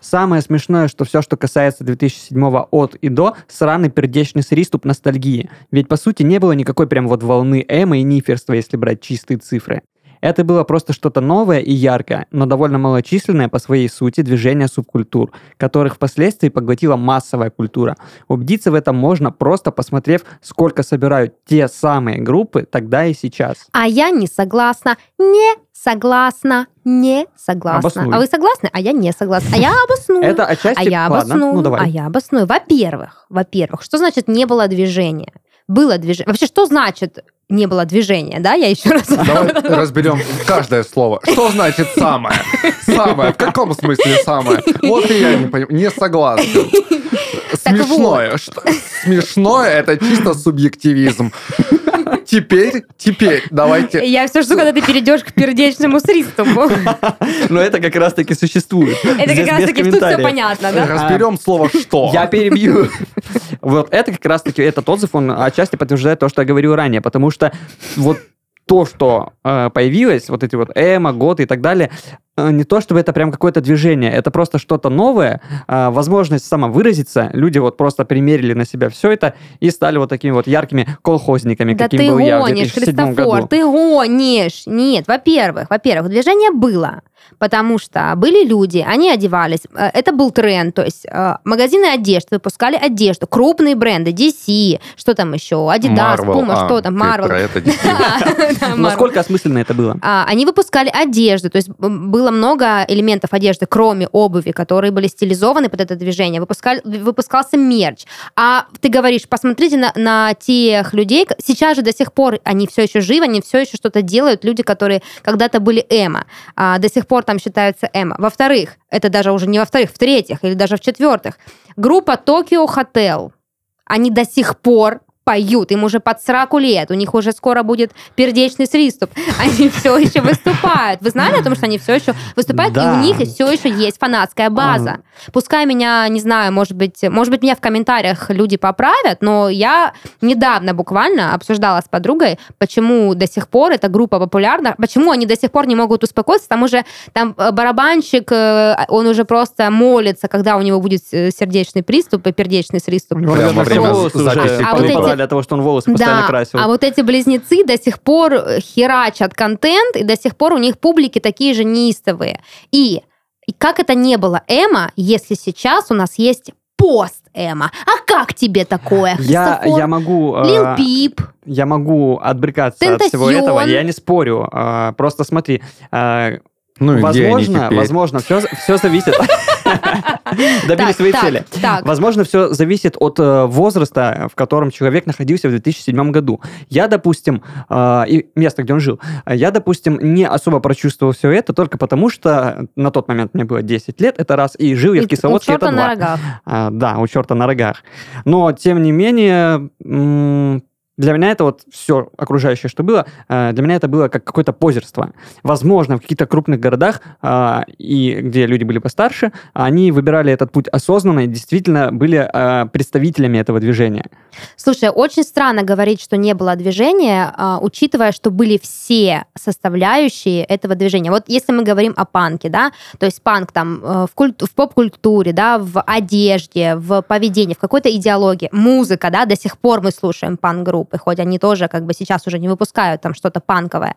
Самое смешное, что все, что касается 2007 от и до, сраный пердечный сриступ ностальгии. Ведь, по сути, не было никакой прям вот волны эмо и ниферства, если брать чистые цифры. Это было просто что-то новое и яркое, но довольно малочисленное по своей сути движение субкультур, которых впоследствии поглотила массовая культура. Убедиться в этом можно, просто посмотрев, сколько собирают те самые группы тогда и сейчас.
А я не согласна, не согласна, не согласна.
Обоснуй.
А вы согласны? А я не согласна. А я обосную.
Это отчасти...
А я
Ладно,
обосную,
ну давай.
а я обосную. Во-первых, во-первых, что значит не было движения? Было движение. Вообще, что значит не было движения, да? Я еще раз...
Давай разберем каждое слово. Что значит самое? Самое. В каком смысле самое? Вот и я не понимаю. Не согласен.
Так
Смешное. Что- Смешное – это чисто субъективизм. Теперь, теперь, давайте.
Я все жду, когда ты перейдешь к пердечному средству.
Но это как раз-таки существует.
Это
Здесь
как раз
без
таки тут все
комментариев.
понятно, да?
Разберем слово «что».
Я перебью. Вот это как раз-таки, этот отзыв, он отчасти подтверждает то, что я говорил ранее, потому что вот то, что э, появилось, вот эти вот эмо, готы и так далее, э, не то чтобы это прям какое-то движение, это просто что-то новое, э, возможность самовыразиться, люди вот просто примерили на себя все это и стали вот такими вот яркими колхозниками,
Да
каким
ты
был я в
гонишь,
2007
Христофор,
году.
ты гонишь. Нет, во-первых, во-первых, движение было, потому что были люди, они одевались, э, это был тренд, то есть э, магазины одежды выпускали одежду, крупные бренды, DC, что там еще, Adidas,
Marvel,
Puma,
а,
что там,
ты про
Marvel.
это действительно.
Да, да, Marvel.
Насколько осмысленно это было?
А, Они выпускали одежду, то есть м, было много элементов одежды, кроме обуви, которые были стилизованы под это движение. Выпускали, выпускался мерч. А ты говоришь, посмотрите на, на тех людей, к- сейчас же до сих пор они все еще живы, они все еще что-то делают, люди, которые когда-то были эмо, а, до сих пор там считаются эмо. Во-вторых, это даже уже не во-вторых, в-третьих или даже в-четвертых, группа Tokyo Hotel, они до сих пор поют, им уже под 40 лет, у них уже скоро будет пердечный сриступ. Они все еще выступают. Вы знали о том, что они все еще выступают, и
Да.
у них все еще есть фанатская база. Пускай меня, не знаю, может быть, может быть, меня в комментариях люди поправят, но я недавно буквально обсуждала с подругой, почему до сих пор эта группа популярна, почему они до сих пор не могут успокоиться, там уже там э, барабанщик, э, он уже просто молится, когда у него будет э, сердечный приступ и пердечный сриступ.
Прямо во время
волосы уже
записи
А вот
выпадали
эти-
от того, что он волосы постоянно красил.
а вот эти близнецы до сих пор э, херачат контент, и до сих пор у них публики такие же неистовые. И, и как это не было эмо, если сейчас у нас есть пост, Эма. А как тебе такое,
Я,
Христофор?
я могу... э,
Лил Пип.
я могу отбрыкаться от всего
Тентасьон.
этого, я не спорю. а, Просто смотри, а,
Ну и где они
возможно,
теперь?
возможно, все, все зависит. Добили
Так,
своей
так,
цели.
Так,
Возможно, все зависит от э, возраста, в котором человек находился в 2007 году. Я, допустим, э, и место, где он жил, э, я, допустим, не особо прочувствовал все это только потому, что на тот момент мне было 10 лет, это раз, и жил я в
И- у
Кисловодске,
чёрта
это
на
два.
рогах.
А, да, у черта на рогах. Но, тем не менее, м, для меня это вот все окружающее, что было, э, для меня это было как какое-то позерство. Возможно, в каких-то крупных городах, а, и где люди были постарше, они выбирали этот путь осознанно и действительно были а, представителями этого движения.
Слушай, очень странно говорить, что не было движения, а, учитывая, что были все составляющие этого движения. Вот если мы говорим о панке, да, то есть панк там э, в, культ- в поп-культуре, да, в одежде, в поведении, в какой-то идеологии, музыка, да, до сих пор мы слушаем панк-группы, хоть они тоже как бы сейчас уже не выпускают там что-то панковое.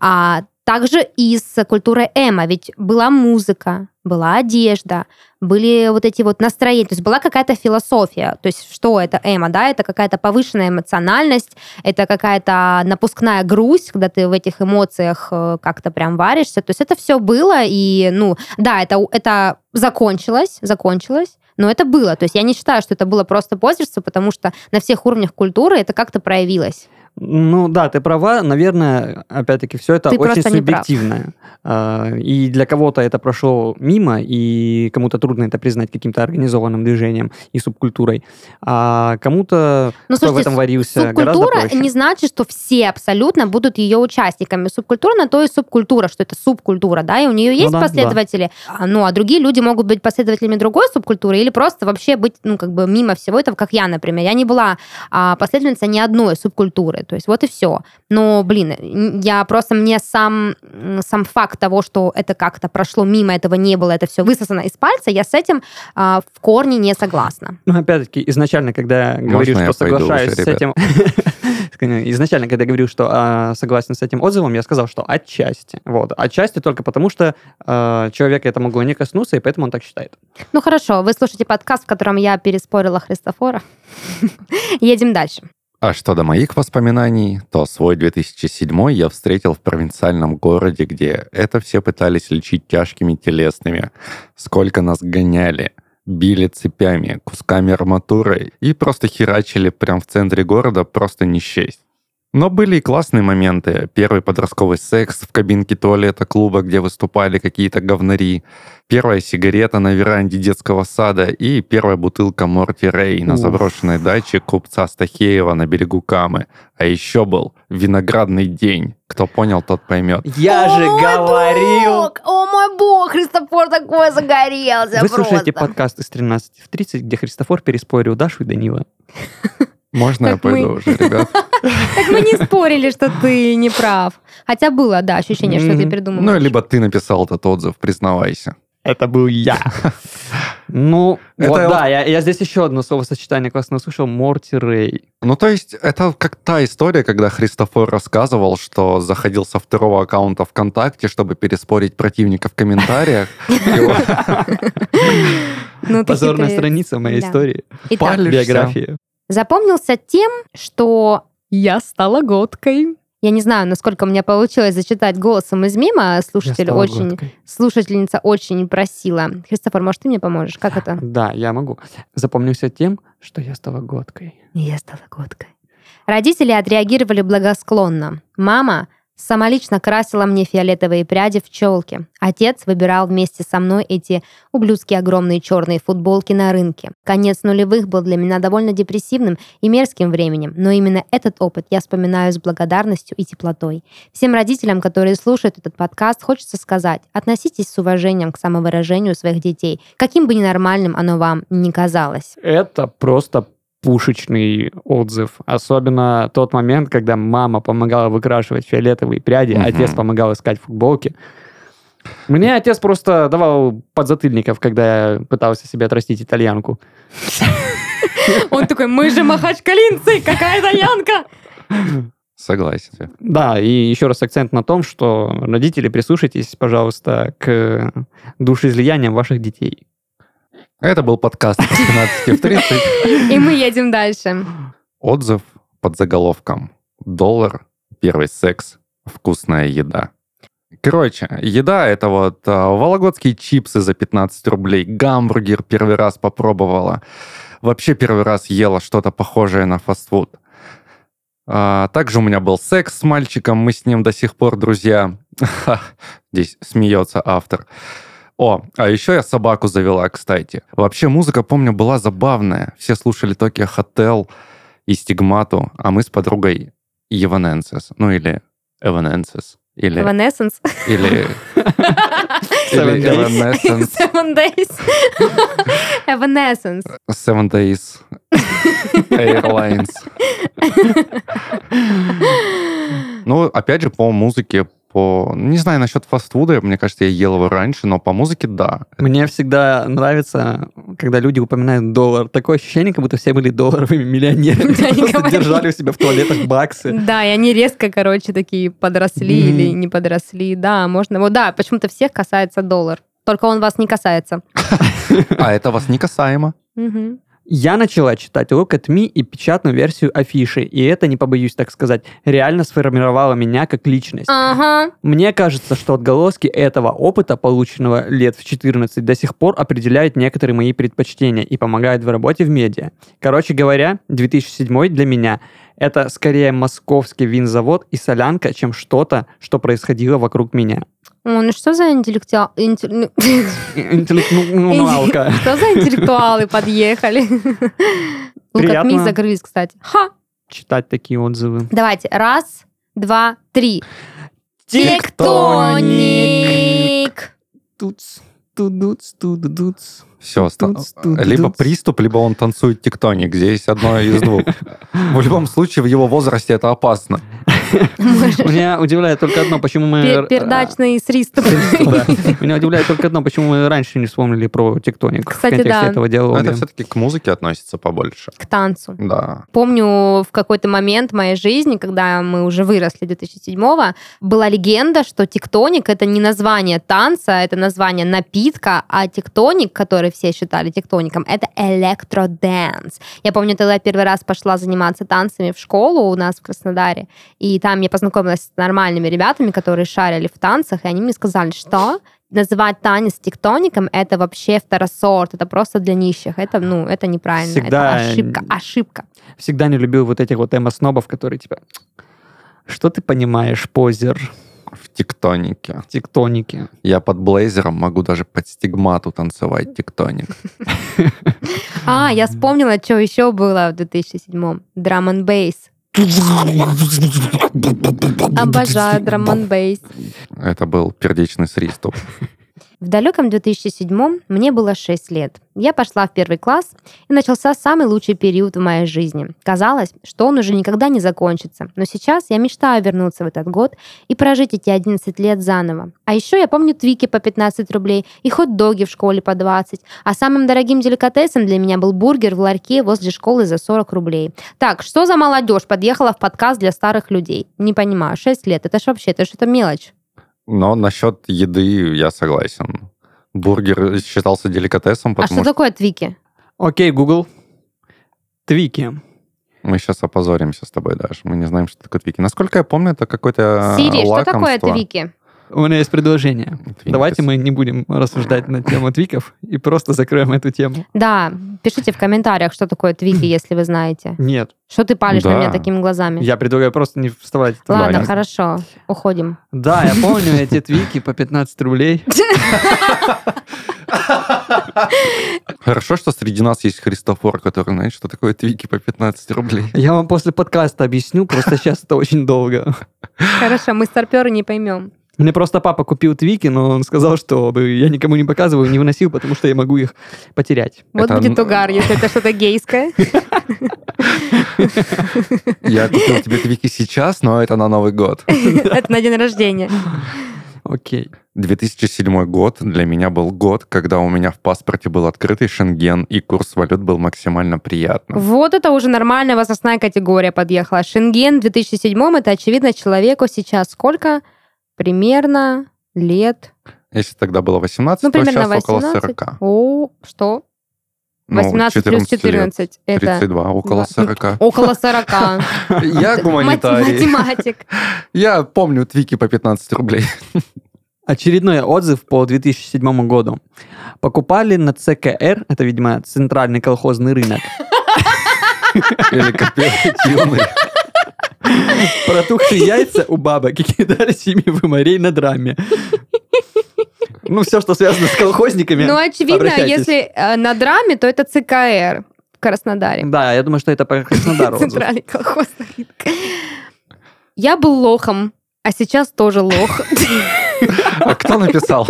А также и с культурой эмо, ведь была музыка, была одежда, были вот эти вот настроения, то есть была какая-то философия, то есть что это эмо, да, это какая-то повышенная эмоциональность, это какая-то напускная грусть, когда ты в этих эмоциях э, как-то прям варишься, то есть это все было, и, ну, да, это, у- это закончилось, закончилось, но это было, то есть я не считаю, что это было просто позерство, потому что на всех уровнях культуры это как-то проявилось.
Ну да, ты права. Наверное, опять-таки, все это
Ты
очень
просто не прав.
субъективно. А, И для кого-то это прошло мимо, и кому-то трудно это признать каким-то организованным движением и субкультурой. А кому-то,
Ну,
кто в
слушайте,
этом варился, гораздо
Субкультура
проще.
не значит, что все абсолютно будут ее участниками. Субкультура на то и субкультура, что это субкультура, да, и у нее есть
Ну да,
последователи. А, Ну, а другие люди могут быть последователями другой субкультуры или просто вообще быть, ну, как бы мимо всего этого, как я, например. Я не была а, последовательницей ни одной субкультуры. То есть вот и все. Но, блин, я просто мне сам, м, сам факт того, что это как-то прошло мимо, этого не было, это все высосано из пальца, я с этим а, в корне не согласна.
Ну, опять-таки, изначально, когда я говорю,
я
что
пойду уже,
соглашаюсь с
ребят?
этим... Изначально, когда я говорю, что а, согласен с этим отзывом, я сказал, что отчасти. Вот. Отчасти только потому, что а, человека это могло не коснуться, и поэтому он так считает.
Ну хорошо, вы слушаете подкаст, в котором я переспорила Христофора. Едем дальше.
А что до моих воспоминаний, то свой 2007 я встретил в провинциальном городе, где это все пытались лечить тяжкими телесными. Сколько нас гоняли, били цепями, кусками арматуры и просто херачили прям в центре города, просто не счесть. Но были и классные моменты. Первый подростковый секс в кабинке туалета клуба, где выступали какие-то говнари. Первая сигарета на веранде детского сада и первая бутылка Морти Рэй на
Уф.
заброшенной даче купца Стахеева на берегу Камы. А еще был виноградный день. Кто понял, тот поймет.
Я
О, мой бог! О мой бог, Христофор такой загорелся
Вы слушаете
просто.
подкаст из 13 в 30, где Христофор переспорил Дашу и Данила.
Можно я
Как мы.
пойду уже, ребят?
Так мы не спорили, что ты не прав. Хотя было, да, ощущение, что ты
Мгм.
придумал.
Ну, либо ты написал этот отзыв, признавайся.
Это был я. Ну,
Это
вот
вот-
да, я, я здесь еще одно словосочетание классно услышал. Морти Рэй.
Ну, то есть, это как та история, когда Христофор рассказывал, что заходил со второго аккаунта ВКонтакте, чтобы переспорить противника в комментариях. И вот
Ну, ты
Позорная
хитрый.
страница моей
Да.
истории.
Итак,
палишься.
Биографии.
запомнился тем, что я стала годкой. Я не знаю, насколько у меня получилось зачитать голосом из мема. а Слушатель
Я стала
очень,
готкой.
слушательница очень просила. Христофор, может, ты мне поможешь? Как это?
Да, я могу. Запомнился тем, что я стала годкой.
Я стала годкой. Родители отреагировали благосклонно. Мама самолично красила мне фиолетовые пряди в челке. Отец выбирал вместе со мной эти ублюдские огромные черные футболки на рынке. Конец нулевых был для меня довольно депрессивным и мерзким временем, но именно этот опыт я вспоминаю с благодарностью и теплотой. Всем родителям, которые слушают этот подкаст, хочется сказать, относитесь с уважением к самовыражению своих детей, каким бы ненормальным оно вам ни казалось.
Это просто пушечный отзыв. Особенно тот момент, когда мама помогала выкрашивать фиолетовые пряди,
Мгм.
отец помогал искать футболки. Мне отец просто давал подзатыльников, когда я пытался себе отрастить итальянку.
Он такой, мы же махачкалинцы, какая-то янка.
Согласен.
Да, и еще раз акцент на том, что родители, прислушайтесь, пожалуйста, к душеизлияниям ваших детей.
Это был подкаст с 15 в 30.
И мы едем дальше.
Отзыв под заголовком «Доллар, первый секс, вкусная еда». Короче, еда — это вот э, вологодские чипсы за 15 рублей, гамбургер первый раз попробовала, вообще первый раз ела что-то похожее на фастфуд. А, также у меня был секс с мальчиком, мы с ним до сих пор друзья. Здесь смеется автор. О, а еще я собаку завела, кстати. Вообще музыка, помню, была забавная. Все слушали Токио Хотел и Стигмату, а мы с подругой Еваненсис. Ну или Эваненсис. Или,
Evanescence.
или,
Seven
или
Days.
Evanescence.
Seven Days. Evanescence.
Seven Days Airlines. Ну, опять же, по музыке, по... Не знаю, насчет фастфуда, мне кажется, я ел его раньше, но по музыке, да.
Мне всегда нравится, когда люди упоминают доллар. Такое ощущение, как будто все были долларовыми миллионерами.
Да, не
Просто
говори.
держали у себя в туалетах баксы.
Да, и они резко, короче, такие подросли
Мгм.
или не подросли. Да, можно. Вот да, почему-то всех касается доллар. Только он вас не касается.
А это вас не касаемо.
Мгм.
Я начала читать Look at Me и печатную версию афиши. И это, не побоюсь так сказать, реально сформировало меня как личность.
Ага.
Мне кажется, что отголоски этого опыта, полученного лет в 14, до сих пор определяют некоторые мои предпочтения и помогают в работе в медиа. Короче говоря, 2007 для меня – это скорее московский винзавод и солянка, чем что-то, что происходило вокруг меня.
О, ну что за интеллектуал... интел-
ну, Интеллектуалка.
Что за интеллектуалы подъехали? Лукат
Приятно.
Мик закрылись, кстати. Ха!
Читать такие отзывы.
Давайте, раз, два, три. Тектоник!
Туц, тудуц, тудудуц.
Все,
Тудц, тудц,
либо
тудц.
приступ, либо он танцует тектоник. Здесь одно из двух. В любом случае, в его возрасте это опасно.
Меня удивляет только одно, почему мы...
Пе-
э,
Пердачный с ристом.
Да. Меня удивляет только одно, почему мы раньше не вспомнили про тектоник
Кстати,
в контексте
да.
этого
Но
диалога.
это все-таки к музыке относится побольше.
К танцу.
Да.
Помню, в какой-то момент моей жизни, когда мы уже выросли 2007-го, была легенда, что тектоник — это не название танца, это название напитка, а тектоник, который все считали тектоником, это электродэнс. Я помню, тогда я первый раз пошла заниматься танцами в школу у нас в Краснодаре, и там я познакомилась с нормальными ребятами, которые шарили в танцах, и они мне сказали, что называть танец тектоником — это вообще второсорт, это просто для нищих, это, ну, это неправильно,
Всегда-
это ошибка, ошибка.
Всегда не любил вот этих вот эмо-снобов, которые типа... Что ты понимаешь, позер,
В тектонике.
в тектонике?
Я под блейзером могу даже под стигмату танцевать тектоник.
А, я вспомнила, что еще было в 2007-м. Drum and bass. Обожаю drum and bass.
Это был пердечный сриступ.
В далеком 2007-м мне было 6 лет. Я пошла в первый класс, и начался самый лучший период в моей жизни. Казалось, что он уже никогда не закончится, но сейчас я мечтаю вернуться в этот год и прожить эти 11 лет заново. А еще я помню твики по 15 рублей и хот-доги в школе по 20, а самым дорогим деликатесом для меня был бургер в ларьке возле школы за 40 рублей. Так, что за молодежь подъехала в подкаст для старых людей? Не понимаю, 6 лет, это ж вообще, это что-то мелочь.
Но насчет еды я согласен. Бургер считался деликатесом,
А что
потому что
такое твики?
Окей, Google. Твики.
мы сейчас опозоримся с тобой даже. Мы не знаем, что такое твики. Насколько я помню, это какое-то
Сири, что такое
э, лакомство.
твики?
У меня есть предложение.
Твинкис.
Давайте мы не будем рассуждать на тему твиков и просто закроем эту тему.
Да, пишите в комментариях, что такое твики, если вы знаете.
Нет,
Что ты палишь
Да.
на меня такими глазами?
я предлагаю просто не вставать.
Да,
Ладно,
не-
хорошо, уходим.
Да, я помню эти твики по 15 рублей.
Хорошо, что среди нас есть Христофор, который знает, что такое твики по 15 рублей.
Я вам после подкаста объясню, просто сейчас это очень долго.
Хорошо, мы старперы не поймем.
Мне просто папа купил твики, но он сказал, что бы я никому не показываю, не выносил, потому что я могу их потерять.
Вот
Это
будет
н-
угар, если это что-то гейское.
Я купил тебе твики сейчас, но это на Новый год.
Это на день рождения.
Окей.
2007 год для меня был год, когда у меня в паспорте был открытый шенген, и курс валют был максимально приятным.
Вот это уже нормальная возрастная категория подъехала. Шенген в 2007 это, очевидно, человеку сейчас сколько? Примерно лет.
Если тогда было 18,
Ну,
то
примерно
сейчас около
18.
40.
О, что?
Ну,
18 плюс 14. это
32, около
два. Ну,
40.
около 40.
Я гуманитарий.
Математик.
Я помню твики по 15 рублей.
Очередной отзыв по 2007 году. Покупали на ЦКР, это, видимо, Центральный колхозный рынок,
Или кооперативный.
протухшие яйца у бабок и кидались ими в морей на драме. Ну, все, что связано с колхозниками.
Ну, очевидно,
обращайтесь.
если э, на драме, то это ЦКР в Краснодаре.
Да, я думаю, что это по Краснодару. отзыв.
Центральный колхоз. Я был лохом, а сейчас тоже лох.
А кто написал?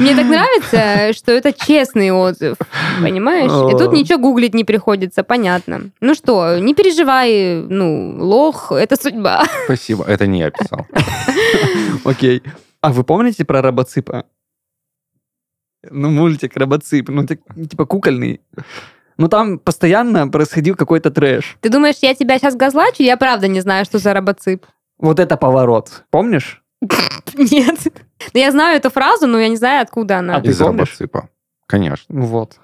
Мне так нравится, что это честный отзыв, понимаешь? И тут
О.
ничего гуглить не приходится, понятно. Ну что, не переживай, ну, лох, это судьба.
Спасибо, А это не я писал.
Окей. А вы помните про робоципа? Ну, мультик робоцип, ну, так, типа кукольный. Ну, там постоянно происходил какой-то трэш.
Ты думаешь, я тебя сейчас газлачу? Я правда не знаю, что за робоцип.
Вот это поворот. Помнишь?
Нет. Ну, я знаю эту фразу, но я не знаю, откуда она.
А ты
Из
помнишь?
робоципа. Конечно.
Ну, Вот.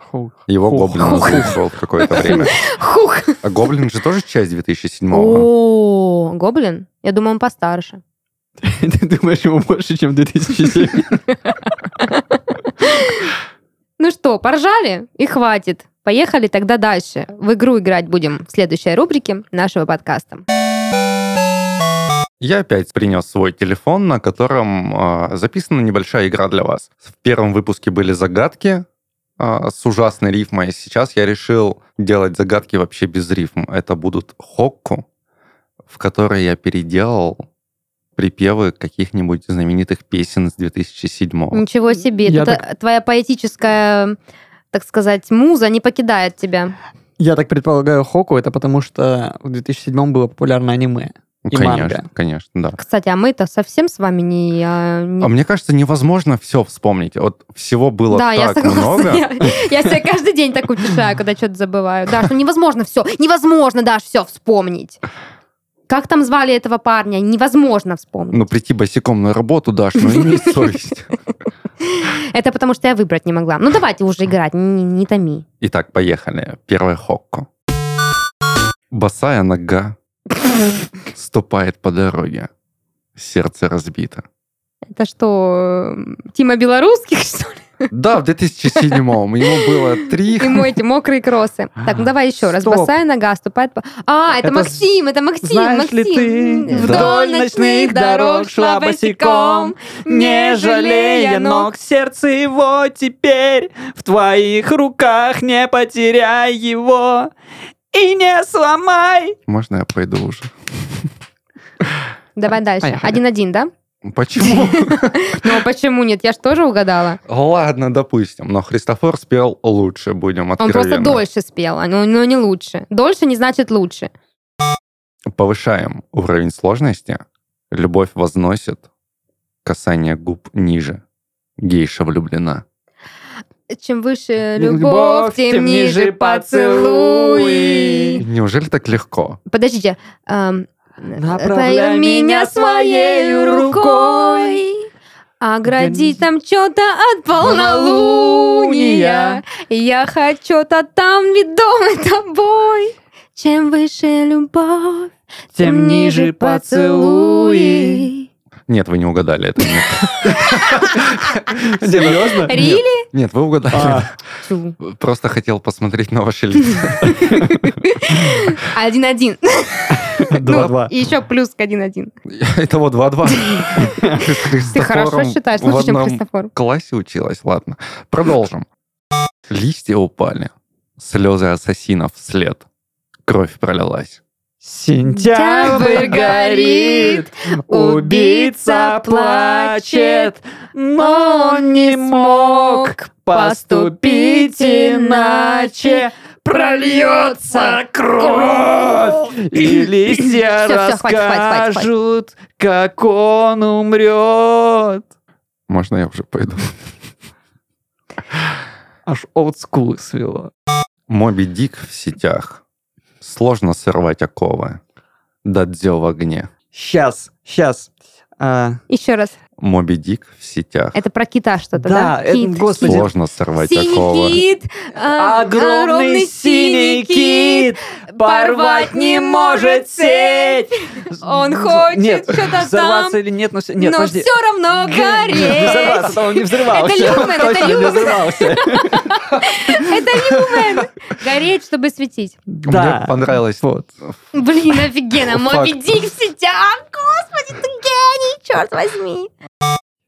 Его
Фух.
Гоблин
Фух.
озвучивал какое-то время.
Хух.
А Гоблин же тоже часть 2007-го.
О, гоблин? Я думаю, он постарше.
Ты думаешь, ему больше, чем 2007?
Ну что, поржали? И хватит. Поехали тогда дальше. В игру играть будем в следующей рубрике нашего подкаста.
Я опять принес свой телефон, на котором э, записана небольшая игра для вас. В первом выпуске были загадки э, с ужасной рифмой. Сейчас я решил делать загадки вообще без рифм. Это будут хокку, в которой я переделал припевы каких-нибудь знаменитых песен с 2007
Ничего себе.
Я
Тут, э, Твоя поэтическая, так сказать, муза не покидает тебя.
Я так предполагаю, Хоку, это потому что в 2007 было популярно аниме.
Ну,
И
конечно,
манга.
конечно, да.
Кстати, а мы-то совсем с вами не... а, не-
А мне кажется, невозможно все вспомнить. Вот всего было
да, я
так
согласна.
много.
Я, я себя каждый день так утешаю, когда что-то забываю. Даш, ну невозможно все, невозможно, Даш, все вспомнить. Как там звали этого парня? Невозможно вспомнить.
Ну, прийти босиком на работу, Даш, ну имей совесть.
Это потому, что я выбрать не могла. Ну давайте уже играть, не, не томи.
Итак, поехали. Первое хокко. Босая нога ступает по дороге. Сердце разбито.
Это что, э, Тима Белорусских, что ли?
Да, в 2007-м. Ему было три.
Ему эти мокрые кроссы. Так, ну давай еще раз.
Стоп.
Босая нога ступает по... А, это,
Это
Максим, это Максим,
знаешь ли
Максим.
ты,
М,
вдоль ночных дорог шла босиком, Не жалея ног, сердце его теперь В твоих руках не потеряй его И не сломай
Можно я пойду уже?
Давай дальше.
Поехали.
Один-один, да?
Почему?
Ну, а почему нет? Я же тоже угадала.
Ладно, допустим. Но Христофор спел лучше, будем
Он
откровенны.
просто дольше спел, а ну, ну не лучше. Дольше не значит лучше.
Повышаем уровень сложности. Любовь возносит. Касание губ ниже. Гейша влюблена.
Чем выше
Любовь,
любовь, тем ниже поцелуй.
Неужели так легко?
Подождите. эм,
Направляй
«Пой
меня своею рукой,
Огради
Да
А там что-то от полнолуния.
полнолуния.
Я хочу то там ведомый тобой. Чем выше любовь,
Тем ниже поцелуй
Нет, вы не угадали это. Нет,
Серьезно?
Рили?
Нет, вы угадали.
А.
Тю.
Просто хотел посмотреть на ваши лица.
Один-один.
Ну, Два-два.
И еще плюс к один-один.
Итого 2-2.
Ты хорошо считаешь, Ну, лучше, чем Христофор.
В классе училась, ладно. Продолжим. Листья упали, слезы ассасинов вслед. Кровь пролилась.
Сентябрь
Сентябрь горит,
горит, убийца плачет, но он не мог поступить иначе. Прольется кровь, и листья
Всё, всё, хватит, хватит, хватит, хватит.
расскажут, как он умрет.
Можно я уже пойду?
Аж олдскулы свело.
Моби Дик в сетях. Сложно сорвать оковы. Дадзё в огне.
Сейчас, сейчас.
Еще раз.
Моби Дик в сетях.
Это про кита что-то,
Да,
да? э,
это-
Кит.
господи,
Сложно сорвать
Синий
такого.
кит, а, порвать не может сеть. Он хочет
Нет,
что-то там,
взорваться или нет, но... с- Нет,
но
подожди.
все равно
Не
гореть.
взорвался, там а он не взрывался.
Это Люмен, это
Точно не
Люмен.
взрывался.
Это Ньюмен. Гореть, чтобы светить.
Да.
Мне понравилось.
Вот.
Блин, офигенно. Моби
Факт.
Дик в сетях. Господи, ты гений, черт возьми.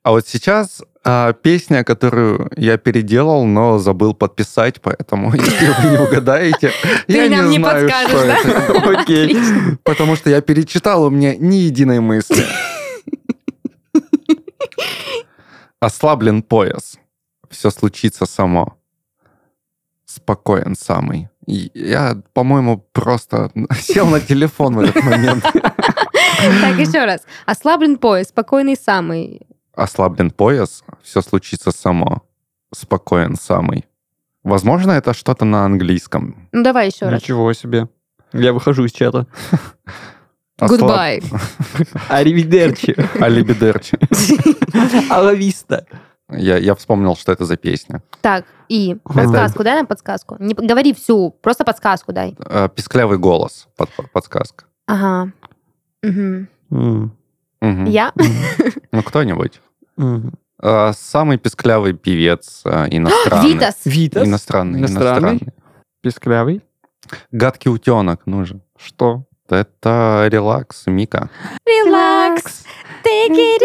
А вот сейчас а, песня, которую я переделал, но забыл подписать, поэтому если вы не угадаете, я
Ты нам
не
не
знаю, что
подскажешь,
это. Окей. Потому что я перечитал, у меня ни единой мысли. Ослаблен пояс. Все случится само. Спокоен самый. И Я, по-моему, просто сел на телефон в этот момент.
Так, еще раз. Ослаблен пояс, спокойный самый.
ослаблен пояс, все случится само. Спокоен самый. Возможно, это что-то на английском.
Ну, давай еще раз.
Ничего себе. Я выхожу из чата.
Ослаб-
Goodbye.
Аривидерчи.
Алибидерчи.
Алависта.
Я, я вспомнил, что это за песня.
Так, и
Хм.
Это-
подсказку дай нам подсказку. Не п- говори всю, просто подсказку дай.
Э, Писклявый голос, под- под- подсказка.
Ага.
Mhm.
Мгм.
Мгм.
Я?
Ну, кто-нибудь. Э, Самый писклявый певец э, иностранный.
Витас.
Витас.
Иностранный,
Иностранный?
иностранный.
Песклявый.
Гадкий утенок, ну же.
Что?
Это релакс, Мика.
Relax, take it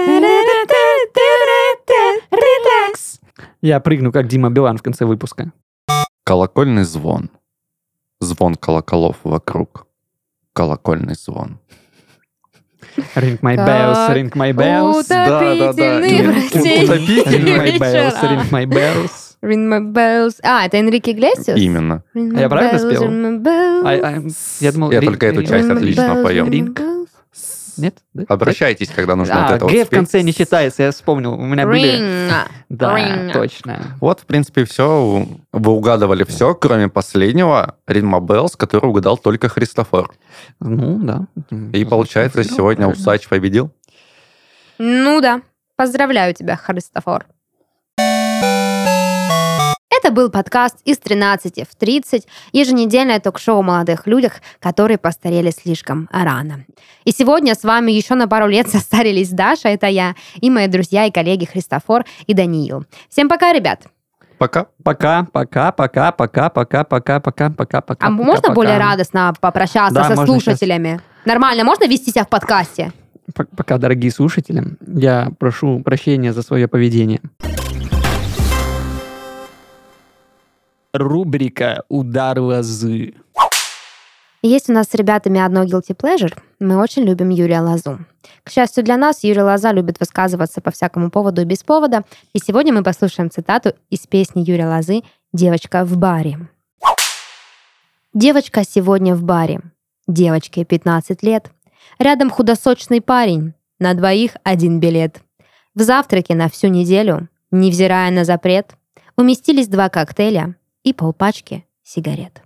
easy. Та-ра-та-та-та-ра-та. Relax.
Я прыгну, как Дима Билан в конце выпуска.
Колокольный звон. Звон колоколов вокруг. Колокольный звон.
Ring my
Так.
bells, ring my bells.
Утопительный
да, да.
бродяги.
Ring my bells,
вечера.
ring my bells.
Ring my bells. А, это Энрике Иглесиас?
Именно.
Ring
А я
my
правильно
bells,
спел?
ring my bells.
I- I'm- А, Я думал...
Я
ри-
только эту
ри-
часть
Ring my
отлично
bells,
поем.
ring my bells.
Нет? Да?
Обращайтесь, когда нужно вот
А,
это вот
Г в
спеть.
конце не считается, я вспомнил. У меня были...
Ring.
Да,
Ring.
точно.
Вот, в принципе, все. Вы угадывали все, кроме последнего Ритма Беллс, который угадал только Христофор.
Ну, да.
И
Ну,
получается, сегодня Усач победил.
Ну да. Поздравляю тебя, Христофор. Это был подкаст из 13 в 30, еженедельное ток-шоу о молодых людях, которые постарели слишком рано. И сегодня с вами еще на пару лет состарились Даша, это я, и мои друзья и коллеги Христофор и Даниил. Всем пока, ребят!
Пока.
Пока, пока, пока, пока, пока, пока, пока, пока, пока.
А можно
пока,
более
пока.
радостно попрощаться
Да,
со
можно
слушателями? Нормально, можно вести себя в подкасте?
П- Пока, дорогие слушатели, я прошу прощения за свое поведение. Рубрика «Удар лозы».
Есть у нас с ребятами одно guilty pleasure. Мы очень любим Юрия Лазу. К счастью для нас, Юрий Лоза любит высказываться по всякому поводу и без повода. И сегодня мы послушаем цитату из песни Юрия Лозы «Девочка в баре». Девочка сегодня в баре. Девочке 15 лет. Рядом худосочный парень. На двоих один билет. В завтраке на всю неделю, невзирая на запрет, уместились два коктейля и полпачки сигарет.